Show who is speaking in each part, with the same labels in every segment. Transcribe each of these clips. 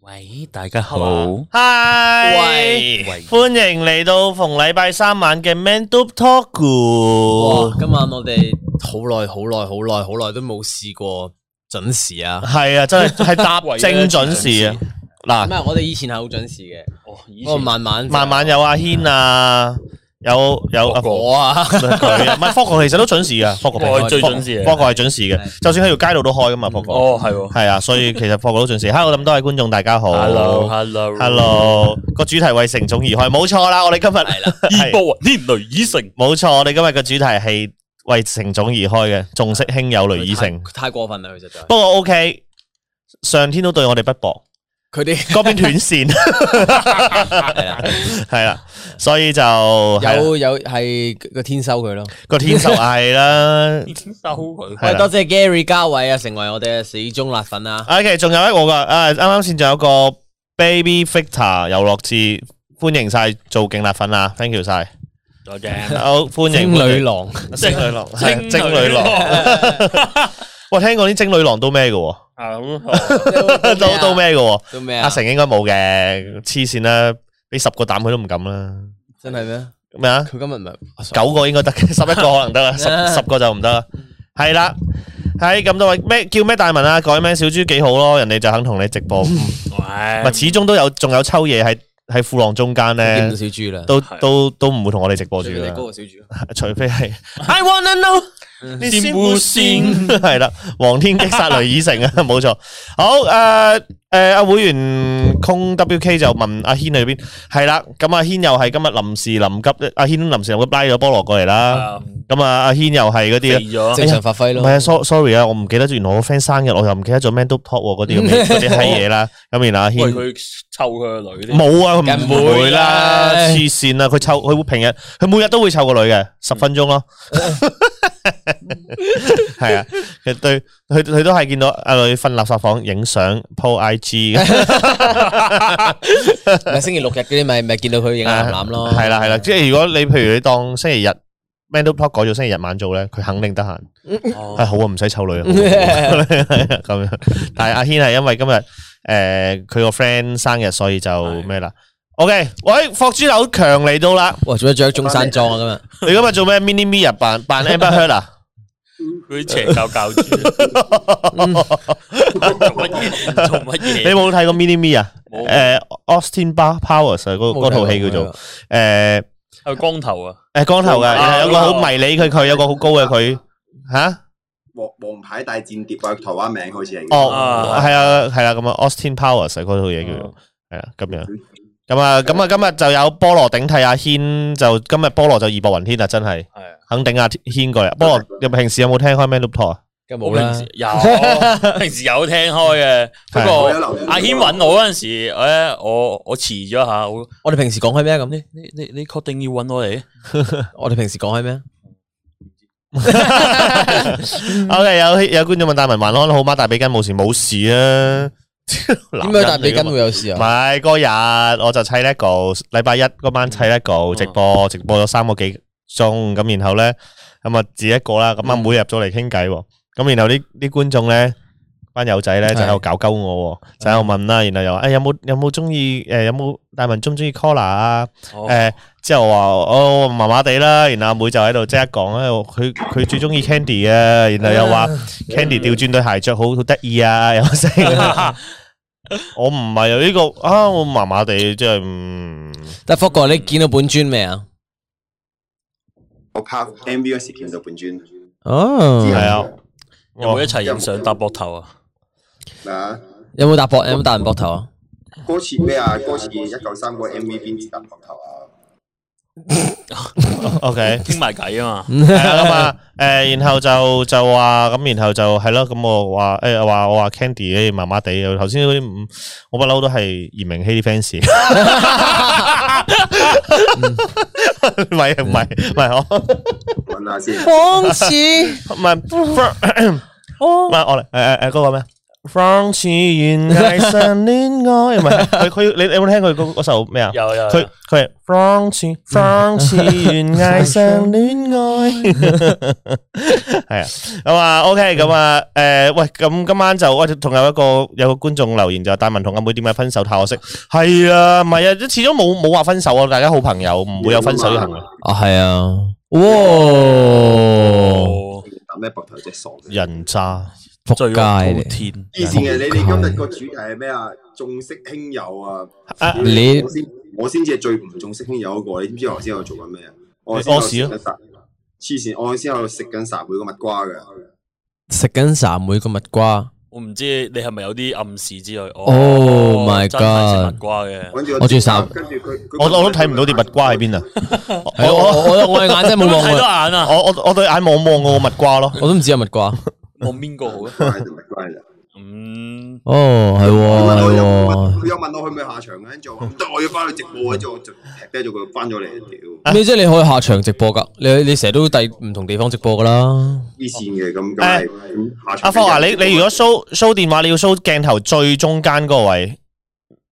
Speaker 1: 喂，大家好，
Speaker 2: 係
Speaker 3: 嗨，
Speaker 2: 喂，
Speaker 3: 歡迎嚟到逢禮拜三晚嘅 Man Do Talk。
Speaker 2: 哇！今晚我哋好耐、好耐、好耐、好耐都冇試過準時啊！
Speaker 3: 係啊，真係係答精準時啊！
Speaker 2: 唔
Speaker 3: 嗱，
Speaker 2: 係，我哋以前係好準時嘅，
Speaker 1: 哦，以
Speaker 2: 不過
Speaker 1: 前
Speaker 2: 慢慢
Speaker 3: 慢慢有阿軒啊，有有阿
Speaker 2: 我啊，
Speaker 3: 佢啊，唔係 f o g 其實都準時噶 f o g
Speaker 1: 我係最準時嘅
Speaker 3: f o g 係準時嘅，就算喺條街度都開噶嘛 f o g
Speaker 1: 哦係喎
Speaker 3: 係啊，所以其實 f o g 都準時。Hello，咁多位觀眾大家好。
Speaker 1: ，hello，hello，
Speaker 3: Hello，個主題為成種而開，冇錯啦。我哋今日
Speaker 2: 係啦，
Speaker 1: 二部啊，天雷已成，
Speaker 3: 冇錯，我哋今日嘅主題係為成種而開嘅，重色輕友雷以成。
Speaker 2: 佢太太過分啦，佢實在，
Speaker 3: 不過 OK，上天都對我哋不 薄，
Speaker 2: 佢哋
Speaker 3: 嗰邊斷線
Speaker 2: 係啦，
Speaker 3: 係啦，所以就係啦
Speaker 2: 有有係個天收佢咯。
Speaker 3: 個天授係 啦。
Speaker 1: 收佢
Speaker 3: 係
Speaker 2: 喂，
Speaker 3: 啦
Speaker 2: 多謝 Gary 嘉偉啊，成為我哋嘅死忠辣粉啊！
Speaker 3: OK，仲有一個噶，啊啱啱先仲有個 Baby Victor 遊樂志，歡迎晒做勁辣粉啊，thank you 晒，
Speaker 1: 多謝，
Speaker 3: 好歡迎
Speaker 2: 精女郎，
Speaker 3: 精女郎，係精女郎。喂，聽講啲精女郎都咩嘅喎，都都？咩嘅喎？
Speaker 2: 到咩
Speaker 3: 阿
Speaker 2: 啊？
Speaker 3: 成應該冇嘅，黐線啦，俾十個膽佢都唔敢啦。
Speaker 2: 真係咩？
Speaker 3: 咩啊？
Speaker 2: 佢今日唔係
Speaker 3: 九個應該得嘅，十一個可能得啦，十十個就唔得啦。係啦，喺咁多位咩叫咩大文啊？改名小豬幾好咯，人哋就肯同你直播。咪
Speaker 1: 喂，
Speaker 3: 始終都有仲有抽嘢喺喺褲浪中間
Speaker 2: 見到
Speaker 3: 咧，
Speaker 2: 小豬啦，
Speaker 3: 都
Speaker 1: 係
Speaker 3: 都都唔會同我哋直播住
Speaker 2: 最
Speaker 3: 㗎
Speaker 2: 你
Speaker 3: 啦
Speaker 2: 高，過小豬。
Speaker 3: 除非係
Speaker 2: I wanna know。
Speaker 3: 你先不先 係啦，黃天擊殺雷以成啊， 冇錯。好啊誒誒，阿會員空 WK 就問阿軒喺邊，係啦，咁阿軒又係今日臨時臨急，阿軒臨時臨急拉咗菠蘿過嚟啦，咁啊阿軒又係嗰啲
Speaker 1: 肥。咗，
Speaker 2: 正常發揮咯。
Speaker 3: 唔係啊，so sorry 啊，我唔記得咗，原來我 friend 生日，我又唔記得咗 man do talk 喎嗰啲咁嘅嗰啲閪嘢啦。咁然後阿
Speaker 1: 喂
Speaker 3: 軒
Speaker 1: 佢湊佢個女啲，
Speaker 3: 冇啊，
Speaker 2: 梗
Speaker 3: 佢唔
Speaker 2: 唔
Speaker 3: 會
Speaker 2: 會
Speaker 3: 啦
Speaker 2: 啦，
Speaker 3: 黐線啊！佢湊佢會平日佢每日都會湊個女嘅，十分鐘咯。 係啊，佢對佢佢都係見到阿女瞓垃圾房影相 po IG 嘅，
Speaker 2: 咪星期六日嗰啲咪咪見到佢影下攬咯。
Speaker 3: 係啦係啦。即係如果你譬如你當星期日 man do talk 改咗星期日晚做咧，佢肯定得閒。係
Speaker 1: 哦
Speaker 3: 好啊，唔使湊 女啊，咁樣。但係阿軒係因為今日诶佢個 friend 生日，所以就咩啦。OK，喂，霍豬柳強嚟到啦！
Speaker 2: 哇，做咩着中山裝啊？
Speaker 3: 你今日做咩？Mini Me 啊，扮扮 Amber Heard 啊？
Speaker 1: 佢邪教 教主，做乜嘢？做乜
Speaker 3: 你
Speaker 1: 嘢？
Speaker 3: 冇睇過 Mini Me 啊？
Speaker 1: 冇
Speaker 3: 诶，Austin Bar Powers 啊嗰
Speaker 2: 今日
Speaker 3: 嗰套戲叫做诶
Speaker 1: 佢光頭啊，
Speaker 3: 诶光頭嘅，
Speaker 1: 啊
Speaker 3: 然後有個好迷你佢，佢有個好高嘅佢吓。
Speaker 4: 王王牌大戰碟啊，台灣名好似係。
Speaker 3: 哦，
Speaker 1: 啊
Speaker 3: 係啊，係啦，咁啊，Austin Powers 啊嗰套嘢叫做。系啦，咁樣咁啊，咁啊，今日就有菠蘿頂替阿軒，就今日菠蘿就義薄雲天啊，真係
Speaker 1: 係啊，
Speaker 3: 肯頂阿軒過嚟。菠蘿，你平時有冇聽開 Man Up Talk 啊？
Speaker 2: 咁
Speaker 1: 我
Speaker 2: 冇
Speaker 1: 平
Speaker 2: 啦
Speaker 1: 時。有，平時有聽 開嘅，不
Speaker 4: 我
Speaker 1: 過
Speaker 4: 有。
Speaker 3: 哦
Speaker 4: 留意
Speaker 1: 阿軒揾我嗰陣時，咧我我遲咗下，我
Speaker 2: 我哋平時講開咩啊咁呢？
Speaker 1: 你你你確定要揾我哋？
Speaker 2: 我哋平時講開咩啊？嗯
Speaker 3: OK，有有觀眾問大文還安好嗎？大髀筋冇事冇事啊？
Speaker 2: 點
Speaker 3: 點
Speaker 2: 解大髀筋會有事
Speaker 3: 唔
Speaker 2: 啊？
Speaker 3: 係嗰日我就砌 lego，禮拜一嗰晚砌 lego 直播，直播咗三個幾鐘，咁然後咧咁啊自己一個啦，咁啊妹入咗嚟傾偈喎，咁然後啲啲觀眾咧班友仔咧就喺度搞鳩我喎，就喺度問啦，然後又話誒有冇有冇中意誒有冇大文中唔中意 cola 啊？誒之後我話我麻麻地啦，然後阿妹就喺度即刻講咧，佢佢最中意 candy 啊，然後又 話 candy 調轉對鞋着好好得意啊，又 成。我唔係啊，呢個啊，我麻麻地，即係嗯，
Speaker 2: 但係福哥，你見到本尊未啊？
Speaker 4: 我拍 MV 嗰時見到本尊。
Speaker 2: 哦
Speaker 3: 係啊，
Speaker 1: 有冇一齊影相搭膊頭 啊？
Speaker 4: 嗱，
Speaker 2: 有冇搭膊？有冇搭人膊頭啊？
Speaker 4: 歌詞咩啊？歌詞一九三個 MV 邊字搭膊頭啊？
Speaker 3: ，OK，
Speaker 1: 傾埋偈啊嘛，
Speaker 3: 係啊咁啊，誒，然後就就話咁，然後就係咯，咁我話誒話我話 Candy 誒麻麻地，頭先嗰啲唔，我不嬲都係嚴明熙啲 fans，唔係唔係唔係我。
Speaker 4: 揾下先。
Speaker 2: 王子，
Speaker 3: à, 唔係，唔係我嚟，誒誒誒嗰個咩？仿似 懸崖上戀愛，唔係佢佢你你有冇聽佢嗰嗰首咩啊？
Speaker 1: 有有
Speaker 3: 佢佢係仿似仿似 懸崖上戀 愛，係啊，咁啊 à. OK，咁 à, 啊誒喂，咁今晚就喂仲有一個有個觀眾留言就話大文同阿妹點解分手太可惜，係啊，唔係啊，始終冇冇話分手啊，大家好朋友唔
Speaker 5: Dạ,
Speaker 3: 會有分手嘅行為，
Speaker 2: 啊，系啊，哇，
Speaker 1: 哦，
Speaker 4: 抌咩膊頭隻傻嘅。
Speaker 3: 人渣
Speaker 2: 仆
Speaker 1: 最
Speaker 2: 街嚟！
Speaker 1: 天，
Speaker 4: 以前嘅你哋今日個主題係咩啊？重色輕友啊！
Speaker 3: 啊
Speaker 2: 你
Speaker 4: 我先我先至係最唔重色輕友嗰個，你知唔知我頭先喺度做緊咩啊？我
Speaker 3: 屙屎咯
Speaker 4: 咯！黐線，我先喺度食緊撒每個蜜瓜嘅。
Speaker 2: 食緊三妹個蜜瓜，
Speaker 1: 我唔知你係咪有啲暗示之類。
Speaker 2: Oh my
Speaker 1: 真係食
Speaker 2: God
Speaker 1: 蜜瓜嘅，
Speaker 4: 跟住
Speaker 2: 我最受
Speaker 4: 跟住佢，佢
Speaker 3: 我我都睇唔到啲蜜瓜喺邊啊！
Speaker 2: 係我我我我眼真係冇 望
Speaker 1: 睇
Speaker 2: 佢，
Speaker 1: 到眼啊！
Speaker 3: 我我我對眼望望我個蜜瓜咯。
Speaker 2: 我都唔知有蜜瓜。
Speaker 1: 望邊個好咧？
Speaker 4: 瓜係定蜜瓜嚟㗎
Speaker 1: 嗯，
Speaker 2: 哦，係
Speaker 4: 佢問我有
Speaker 2: 喎，
Speaker 4: 問佢有問我去唔去下 場嘅，跟住我話唔得，我要翻去直播，跟住我就踢低咗佢，翻咗嚟，屌
Speaker 2: 咩啫？你可以下場直播噶，你你成日都第唔同地方直播噶啦。
Speaker 4: 黐線嘅咁，咁係咁下場。
Speaker 3: 阿科啊，你你如果 show show 电话，你要 show 镜头最中间嗰個位，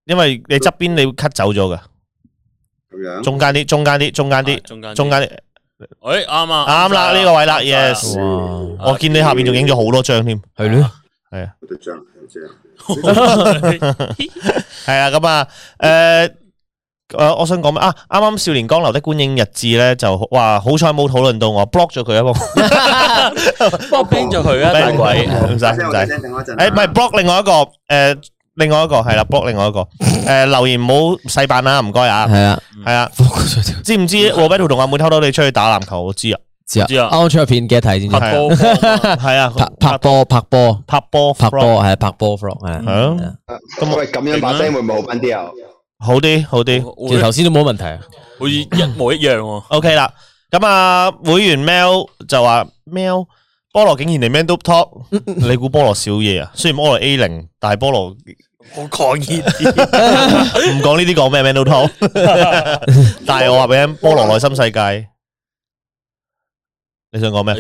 Speaker 3: 因為你側邊你會 cut 走咗噶，
Speaker 4: 咁樣，
Speaker 3: 中間啲，中間啲，中間
Speaker 1: 啊
Speaker 3: 啲，
Speaker 1: 中間
Speaker 3: 中間啲，
Speaker 1: 誒啱啊，
Speaker 3: 啱啦，呢個位啦
Speaker 1: 啱晒啦
Speaker 3: ，yes。
Speaker 2: 哇，
Speaker 3: 我見你下边仲影咗好多張添，
Speaker 2: 係咯，
Speaker 4: 我都將 將
Speaker 3: 係啊，咁啊，诶、誒我想講咩啊？啱啱《少年江流的觀影日誌》咧，就哇，好彩冇討論到我，block 咗佢一個，
Speaker 1: 幫冰咗佢啊，
Speaker 3: 咩
Speaker 1: 大鬼！
Speaker 3: 唔使唔使。
Speaker 4: 聲等我一陣啊。
Speaker 3: 诶，唔系 block 另外一個，诶、另外一個係啦，block 另外一個，诶、留言唔好細版啦，唔該啊，
Speaker 2: 係啊，
Speaker 3: 係啊。
Speaker 2: 放過咗條
Speaker 3: 知唔知 Roberto 同阿妹偷偷你出去打籃球？我知啊，
Speaker 2: 知啊，
Speaker 1: 知啊
Speaker 2: 啱啱出咗片，記得睇先。
Speaker 1: 拍波波啊，
Speaker 3: 係啊，
Speaker 2: 拍拍波，拍波，
Speaker 3: 拍波
Speaker 2: 拍波，係啊拍波 frog 係啊
Speaker 3: 係
Speaker 2: 係
Speaker 3: 啊
Speaker 2: 啊。
Speaker 4: 咁喂，咁樣把聲會唔會好翻啲啊？
Speaker 3: 好啲好 啲
Speaker 2: 其實頭先都冇問題啊。
Speaker 1: 好似一模一樣喎。
Speaker 3: ，OK 啦。咁啊，會員 Mel 就話 Mel 菠蘿竟然嚟 Man Up Top，你估菠蘿少嘢啊？雖然菠蘿 A 零，但係菠蘿 唔
Speaker 1: 好狂熱啲，
Speaker 3: 講呢啲講咩 Man Up Top，但係我話俾你聽，菠蘿內心世界，你想講咩？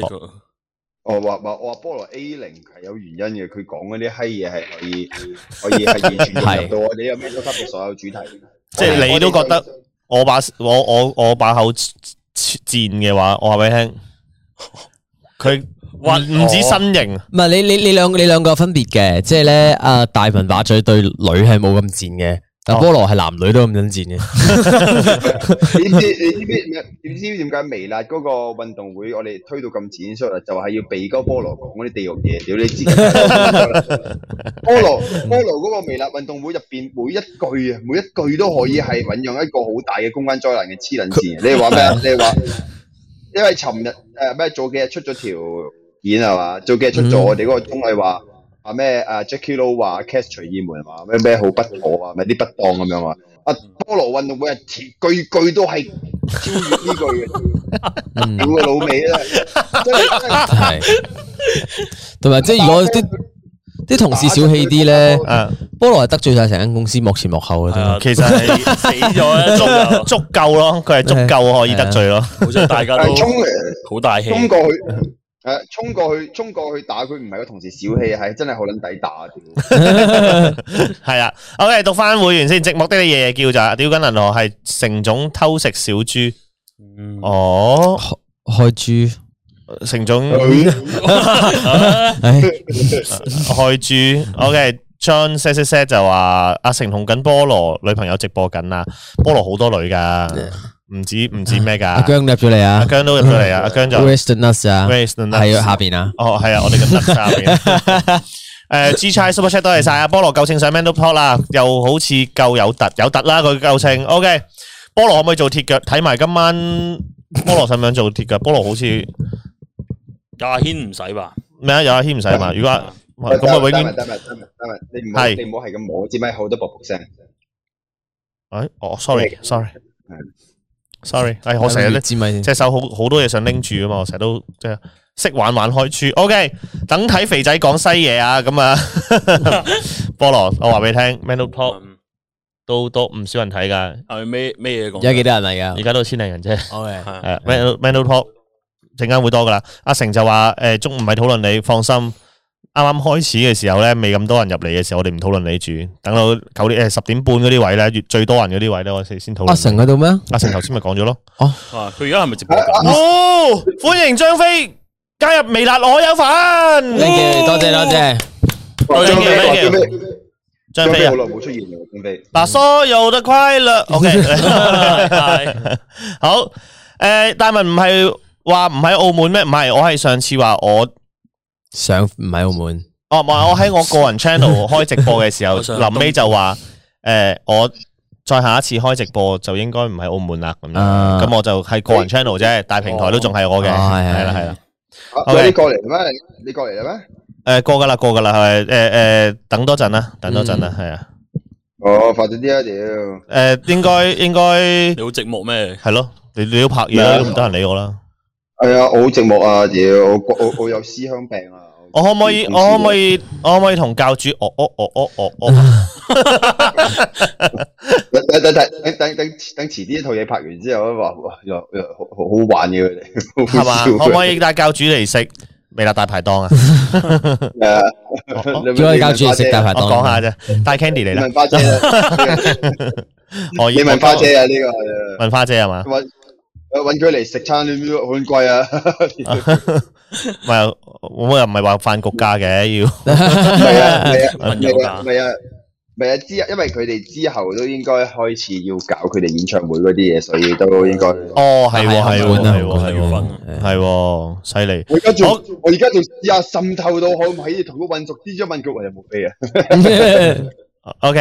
Speaker 5: 我哦話話我話菠蘿 A 零係有原因嘅，佢講嗰啲閪嘢係可以可以係 完全融入到我哋有咩都得嘅所有主題。
Speaker 3: 即係你都覺得我把我我我把口賤嘅話，我話俾你聽，佢
Speaker 1: 哇
Speaker 3: 唔唔止身形。
Speaker 2: 唔係你你你兩你兩個有分別嘅，即係咧啊大文把嘴對女係冇咁賤嘅，但
Speaker 3: 哦
Speaker 2: 菠蘿係男女都咁樣賤嘅。
Speaker 5: 你知你知唔知點知點解微辣嗰個運動會我哋推到咁剪出嚟，就係要避鳩菠蘿講嗰啲地獄嘢，屌你知嘅。菠蘿菠蘿嗰個微辣運動會入邊每一句啊，每一句都可以係醖釀一個好大嘅公關災難嘅黐撚線。你係話咩啊？你係話因為尋日誒咩早幾日出咗條片係嘛？早幾日出咗我哋嗰個綜藝話。話咩？啊 Jackie Lou 話 cast 隨意門話咩咩好不妥啊，咪啲不當咁樣啊！啊菠蘿運動會係句句都係超越呢句嘅，
Speaker 2: 嗯
Speaker 5: 屌佢老味啦！真係真
Speaker 2: 系，
Speaker 5: 係
Speaker 2: 同埋即系如果啲啲同事小氣啲咧，
Speaker 3: 啊，
Speaker 2: 菠蘿係得罪晒成間公司幕前幕後嘅
Speaker 1: 係啊
Speaker 2: 啫。
Speaker 3: 其實係
Speaker 1: 死咗一
Speaker 3: 足
Speaker 1: 種
Speaker 3: 足夠咯，佢係足夠可以得罪咯。
Speaker 1: 就，好似大家都
Speaker 5: 誒衝嚟啊
Speaker 1: 好大氣，
Speaker 5: 衝過去，
Speaker 3: 嗯
Speaker 5: 誒衝過去衝過去打佢，唔係個同事小氣，係真係好撚抵打啊 屌！
Speaker 3: 係啦，OK，讀翻會員先。寂寞的你夜夜叫咋？屌緊銀河係成總偷食小豬。
Speaker 1: 嗯
Speaker 3: 哦，
Speaker 2: 開 豬，
Speaker 3: 成總
Speaker 2: 唉，
Speaker 3: 呃害豬。OK。John set set set 就話阿成同緊菠蘿女朋友直播緊啊，菠蘿好多女噶，唔止唔止咩
Speaker 2: 阿
Speaker 3: 噶，
Speaker 2: 姜入咗嚟
Speaker 3: 阿
Speaker 2: 啊
Speaker 3: 姜都入咗嚟啊，阿姜就
Speaker 2: ，Where's the nuts 啊？
Speaker 3: raise the
Speaker 2: 係
Speaker 3: nuts
Speaker 2: 啊，下边啊，
Speaker 3: 哦，系啊，我哋嘅特效嘅。诶，G 差 Super Chat 多謝晒啊！菠蘿夠稱上 Man Top 啦，又好似夠有突有突啦，佢夠稱。OK，菠蘿可唔可以做鐵腳？睇埋今晚菠蘿想唔想做鐵腳？菠蘿好似
Speaker 1: 阿軒唔使吧？
Speaker 3: 咩啊？有阿軒唔使嘛？如果啊咁啊，永遠
Speaker 5: 得咪得咪得咪，你唔好
Speaker 3: 係
Speaker 5: 你唔好係咁摸支咪，好多噗噗聲。
Speaker 3: 诶，哦，sorry，sorry，sorry，诶，我成日
Speaker 2: 都
Speaker 3: 咧
Speaker 2: 知咪先。
Speaker 3: 隻手好好多嘢想拎住啊嘛，我成日都即係識玩玩開豬。OK，等睇肥仔講西嘢啊！咁啊，菠蘿，我話俾你聽，Man Top。
Speaker 1: 嗯
Speaker 3: 都都唔少人睇噶，
Speaker 1: 係咪咩咩嘢講？
Speaker 2: 而家幾多人嚟
Speaker 3: 而家都千零人啫。
Speaker 2: 噶？OK，
Speaker 1: 係
Speaker 3: 诶，Man Man Talk 阵间会多噶啦。阿成就话诶，中午唔系讨论你，放心。啱啱開始嘅時候咧，未咁多人入嚟嘅時候，我哋唔討論你住，等到九點诶十點半嗰啲位咧，越最多人嗰啲位咧，我哋先討論。
Speaker 2: 阿成喺度咩？
Speaker 3: 阿成頭先咪講咗咯。
Speaker 1: 啊，佢而家係咪直播緊？
Speaker 3: 哦，歡迎張飛加入微辣，我有份。
Speaker 2: 多謝多謝。
Speaker 1: 多謝
Speaker 3: 張飛
Speaker 1: 多
Speaker 3: 嘅
Speaker 1: 謝
Speaker 3: 張飛啊
Speaker 5: 好，耐冇出現啦，張飛。
Speaker 3: 把所有的快樂。OK，好。诶，大文唔係話唔喺澳門咩？唔係，我係上次話我。
Speaker 2: 上唔喺澳門，
Speaker 3: 哦，唔係，我喺我個人 channel 開直播嘅時候，
Speaker 1: 我想
Speaker 3: 臨尾就話诶、誒我再下一次開直播就應該唔喺澳門啦，咁樣。
Speaker 2: 啊
Speaker 3: 咁我就係個人 channel 啫，大平台都仲係我嘅，
Speaker 2: 哦係係
Speaker 3: 係啦係啦。
Speaker 5: 啊
Speaker 3: OK
Speaker 5: 喂，你過嚟啦咩？你你過嚟啦咩？
Speaker 3: 诶，過噶啦，過噶啦，係诶诶，誒等多陣啦，等多陣啦，
Speaker 2: 嗯
Speaker 3: 係啊。
Speaker 5: 哦，快啲啲啊！屌，
Speaker 3: 诶，應該應該
Speaker 1: 你好寂寞咩？
Speaker 3: 係咯，你你要拍嘢
Speaker 5: 咩啊
Speaker 3: 啦，都唔得人理我啦。
Speaker 5: 係啊，我好寂寞啊！屌，我我我有思鄉病啊！
Speaker 3: 我可唔可以？我可唔可以？我可唔可以同教主？哦哦哦哦哦 哦，
Speaker 5: 等等等等等等等遲啲一套嘢拍完之後咧，話哇又又好好好玩嘅佢哋，
Speaker 3: 係嘛？可唔可以帶教主嚟食微辣大排 檔啊？
Speaker 5: 啊
Speaker 3: 哦
Speaker 5: 以
Speaker 2: 叫我哋教主食大排
Speaker 3: 我
Speaker 2: 檔。
Speaker 3: 講下啫，帶 Candy 嚟
Speaker 5: 啊你
Speaker 3: 啦。
Speaker 5: 問花姐啦，
Speaker 3: 我
Speaker 5: 你問花姐啊？呢個係啊
Speaker 3: 问花姐系嘛？
Speaker 5: 揾揾佢嚟食餐都好撚貴啊！
Speaker 3: 唔係，我又唔係話飯局價嘅，要
Speaker 5: 係啊係啊
Speaker 1: 朋友
Speaker 5: 係啊
Speaker 1: 價
Speaker 5: 係啊。唔係啊，之因為佢哋之後都應該開始要搞佢哋演唱會嗰啲嘢，所以都應該。
Speaker 3: 哦，係喎，係
Speaker 2: 係
Speaker 3: 喎，
Speaker 2: 澳門啊
Speaker 3: 係喎，係
Speaker 1: 澳門
Speaker 3: 喎
Speaker 1: 啊，
Speaker 3: 係喎，犀利。
Speaker 5: 我而家仲
Speaker 3: 好
Speaker 5: 我而家仲試下滲透到可唔可以同佢混熟啲啫？問佢我有冇飛啊？
Speaker 3: OK，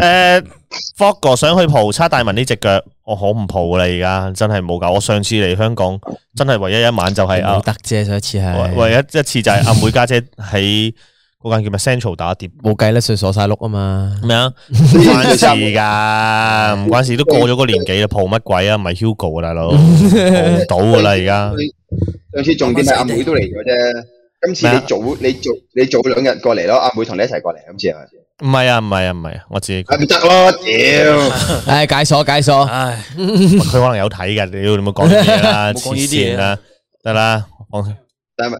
Speaker 3: 诶 f o g 哥想去蒲叉大文呢只腳，我好唔蒲啦，而家真係冇搞。我上次嚟香港，真係唯一一晚就係
Speaker 2: 係啊，
Speaker 3: 啊，
Speaker 2: 得啫，上一次
Speaker 3: 唯
Speaker 2: 係
Speaker 3: 唯一一次就係阿妹家姐喺嗰間叫咩 Central 打碟
Speaker 2: 冇計啦，上鎖晒碌啊嘛。
Speaker 3: 咩啊？唔關事 㗎，唔關事，都過咗個年紀啦，蒲乜鬼啊？唔係 Hugo 啊，大 佬，蒲唔到㗎啦，而家。
Speaker 5: 上次重點係阿妹都嚟咗啫，今次你早你早你早兩日過嚟咯，阿妹同你一齊過嚟，今次係咪？
Speaker 3: 唔係啊，唔係啊，唔係啊，我 自己講
Speaker 5: 啊唔得咯，屌！
Speaker 2: 唉，解鎖解鎖，
Speaker 3: 啊
Speaker 1: 唉，
Speaker 3: 佢可能有睇噶，屌你冇講呢啲嘢啦，
Speaker 1: 冇講
Speaker 3: 黐
Speaker 1: 呢啲
Speaker 3: 線
Speaker 1: 嘢
Speaker 3: 啦
Speaker 1: 啊，
Speaker 3: 得啦，放心。
Speaker 5: 但係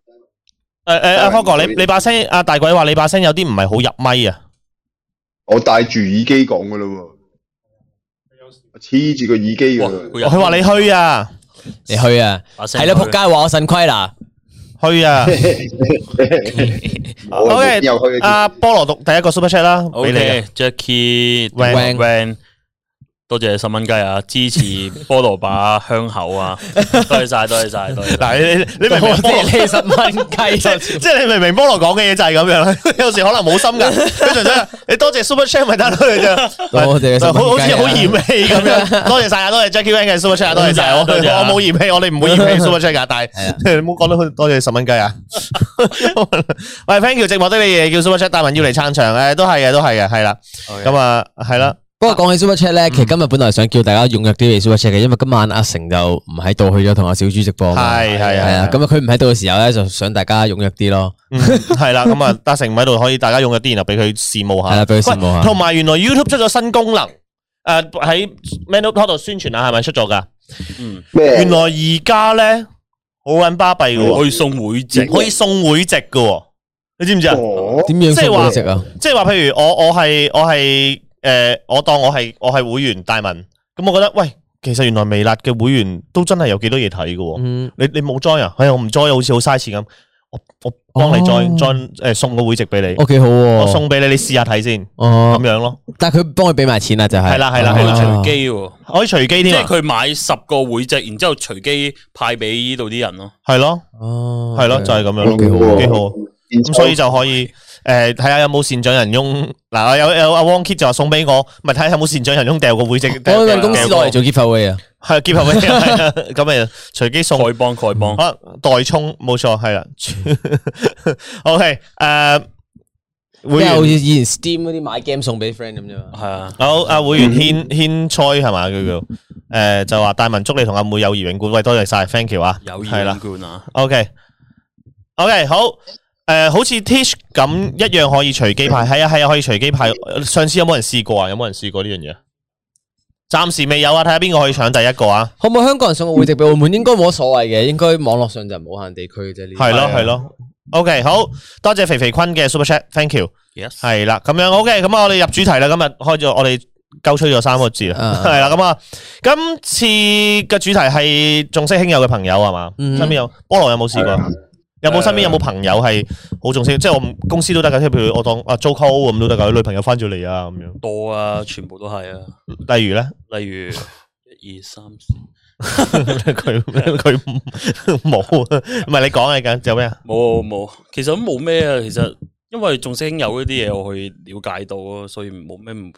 Speaker 3: 诶诶，阿
Speaker 5: 但係
Speaker 3: 方哥，你你把聲，阿大鬼話你把聲有啲唔係好入咪啊，
Speaker 5: 我戴住耳機講噶咯喎，黐住個耳機
Speaker 1: 哇
Speaker 5: 噶。
Speaker 3: 佢話你虛啊，
Speaker 2: 你去啊，係啦，仆街話我腎虧啦，
Speaker 3: 虛 啊。
Speaker 5: 我
Speaker 3: OK，
Speaker 5: 又去
Speaker 3: 阿菠蘿讀第一個 super chat 啦，
Speaker 1: O
Speaker 3: 俾你啊
Speaker 1: K Jackie
Speaker 3: Wang
Speaker 1: Wang，多謝十蚊雞啊！支持菠蘿把香口啊！多謝晒，多謝晒，多謝 晒。
Speaker 3: 嗱，你你你明唔明菠蘿？
Speaker 2: 你十蚊雞
Speaker 3: 即係即係你明唔明菠蘿講嘅嘢就係咁樣啦，有時可能冇心噶，佢純粹話你多謝 super chat 咪得咯，你就
Speaker 2: 多謝
Speaker 3: 好好似好
Speaker 2: 10蚊
Speaker 3: 嫌
Speaker 2: 雞
Speaker 3: 棄咁樣。多謝晒啊，多謝 Jackie Wang 嘅 super chat，啊多謝晒我我
Speaker 1: 多謝啊
Speaker 3: 我冇嫌棄，我哋唔會嫌棄 super chat 噶，但
Speaker 2: 係啊
Speaker 3: 係你唔好講到佢多謝十蚊雞啊！ 喂，thank you，寂寞的你夜叫 super chat，大文要嚟撐場誒，都係嘅，都係嘅，係啦，咁啊，係啦，
Speaker 2: 不過講起 Super Chat 咧，其實今日本來想叫大家踴躍啲嚟 Super Chat 嘅，因為今晚阿成就唔喺度，去咗同阿小豬直播嘛。
Speaker 3: 係係
Speaker 2: 係
Speaker 3: 係
Speaker 2: 啊
Speaker 3: 啊，，
Speaker 2: 咁啊佢唔喺度嘅時候咧，就想大家踴躍啲咯。
Speaker 3: 嗯係啦，咁啊，達成唔喺度，可以大家用一啲，然後俾佢羨慕
Speaker 2: 係
Speaker 3: 下
Speaker 2: 啦，。俾佢羨慕下。
Speaker 3: 同埋原來 YouTube 出咗新功能，诶喺 Manu Talk 度宣傳啊，係咪出咗噶？
Speaker 1: 嗯，
Speaker 5: 咩
Speaker 3: 原？來而家咧好撚巴閉嘅
Speaker 1: 可以送會籍
Speaker 2: 啊
Speaker 3: 喎，，可以送會籍嘅喎，你知唔知啊？
Speaker 5: 哦
Speaker 2: 點樣
Speaker 3: 即係
Speaker 2: 送
Speaker 3: 話
Speaker 2: 會籍啊？
Speaker 3: 即係話譬如我我係我係诶、我當我係我係會員大文，咁我覺得喂，其實原來微辣嘅會員都真係有幾多嘢睇嘅喎。
Speaker 2: 嗯，
Speaker 3: 你你冇 join 啊？哎呀，我唔 join 好似好嘥錢咁。我我幫你
Speaker 2: 哦
Speaker 3: join join 诶送個會籍俾你，
Speaker 2: 我幾好
Speaker 3: 我
Speaker 2: 喎。
Speaker 3: 送俾你，你試下睇先咁
Speaker 2: 哦，
Speaker 3: 樣咯，
Speaker 2: 但係佢幫佢俾埋錢啦，就係。
Speaker 3: 係啦係啦
Speaker 1: 可
Speaker 3: 係
Speaker 1: 以
Speaker 3: 啦
Speaker 2: 哦
Speaker 1: 隨機喎，
Speaker 3: 可以隨機
Speaker 1: 即
Speaker 3: 添
Speaker 1: 係
Speaker 3: 啊，
Speaker 1: 佢買十個會籍，然之後隨機派俾呢度啲人咯。
Speaker 3: 係咯。
Speaker 2: 哦，
Speaker 3: 系咯，就係咁樣咯，
Speaker 5: 幾好啊喎
Speaker 3: 幾好喎。咁所以就可以诶睇下有冇善長人翁。嗱，有有阿汪 Kit 就話送俾我，咪睇下有冇善長人翁掉個會籍。
Speaker 2: 我搵公司攞嚟做 giveaway 啊。
Speaker 3: 系結合嘅，係啊咁咪隨機送。
Speaker 1: 丐幫丐幫，
Speaker 3: 啊，代充冇錯，係啦。OK，诶，
Speaker 2: 即
Speaker 3: 会
Speaker 2: 係好似
Speaker 3: 员
Speaker 2: 以前 Steam 嗰啲買 game 送俾 friend 咁啫嘛。
Speaker 1: 係啊，
Speaker 3: 好，阿會員軒軒蔡係嘛叫叫诶，就話大文祝你同阿妹友誼永固。喂，多謝晒，thank you 啊，
Speaker 1: 有
Speaker 3: 係
Speaker 1: 義
Speaker 3: 啦
Speaker 1: 勇。冠啊，
Speaker 3: OK OK 好，诶、好似 Tish 咁一樣可以隨機派，係啊係啊可以隨機派。上次有冇人試過啊？有冇人試過呢樣嘢？暂时未有啊，睇下边个可以抢第一个啊！
Speaker 2: 可唔可以香港人送個會籍俾澳門？應該冇乜所謂嘅，應該網絡上就唔好限地區嘅啫。呢啲
Speaker 3: 系咯系咯，OK，好多谢肥肥坤嘅 Super Chat，Thank you。
Speaker 1: Yes
Speaker 3: 系啦，咁样 OK，咁啊，我哋入主題啦，今日開咗我哋鳩吹咗三個字啦，
Speaker 2: 啊
Speaker 3: 係啦，咁啊，今次嘅主題係重色輕友嘅朋友係啊嘛？
Speaker 2: 嗯
Speaker 3: 身邊有菠蘿有冇試過？
Speaker 1: 啊
Speaker 3: 有冇身邊有冇朋友係好重色？即係我唔公司都得㗎，即係譬如我當啊 Jo Co 咁都得㗎，佢女朋友翻咗嚟啊咁樣。
Speaker 1: 多啊，全部都系啊。
Speaker 3: 例如咧，
Speaker 1: 例 如一二三四，
Speaker 3: 佢佢冇啊，唔 係你講你緊有咩啊？
Speaker 1: 冇冇，其實都冇咩啊。其實因為仲識有呢啲嘢，我去了解到咯，所以冇咩唔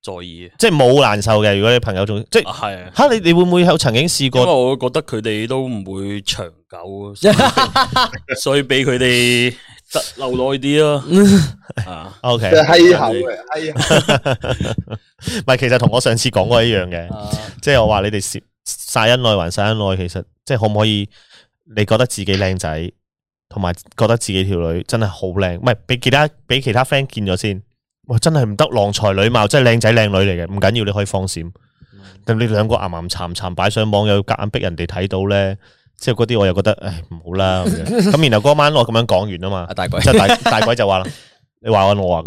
Speaker 1: 在意
Speaker 3: 即係冇難受嘅，如果你朋友仲即係
Speaker 1: 啊。係啊，
Speaker 3: 吓你你會唔會有曾經試
Speaker 1: 因為
Speaker 3: 過？
Speaker 1: 我覺得佢哋都唔會長久，啊所 以所以俾佢哋得留耐啲咯。 啊
Speaker 3: O K，
Speaker 5: 閪口嘅，閪口
Speaker 3: 唔係其實同我上次講過一樣嘅。
Speaker 1: 啊，
Speaker 3: 即系我话你哋涉晒恩爱还晒恩愛，其實即系可唔可以？你覺得自己靚仔，同埋覺得自己條女真係好靚，唔係俾其他俾其他 friend 見咗先。哇！真係唔得，郎才女貌，真係靚仔靚女嚟嘅，唔緊要，你可以放閃。但你兩個岩岩沉沉擺上網，又夾硬逼人哋睇到咧，即係嗰啲我又覺得，唉，唔好啦咁樣。咁然後嗰晚我咁樣講完啊嘛
Speaker 2: 啊，大鬼
Speaker 3: 即係大大鬼就話啦，你話我啊？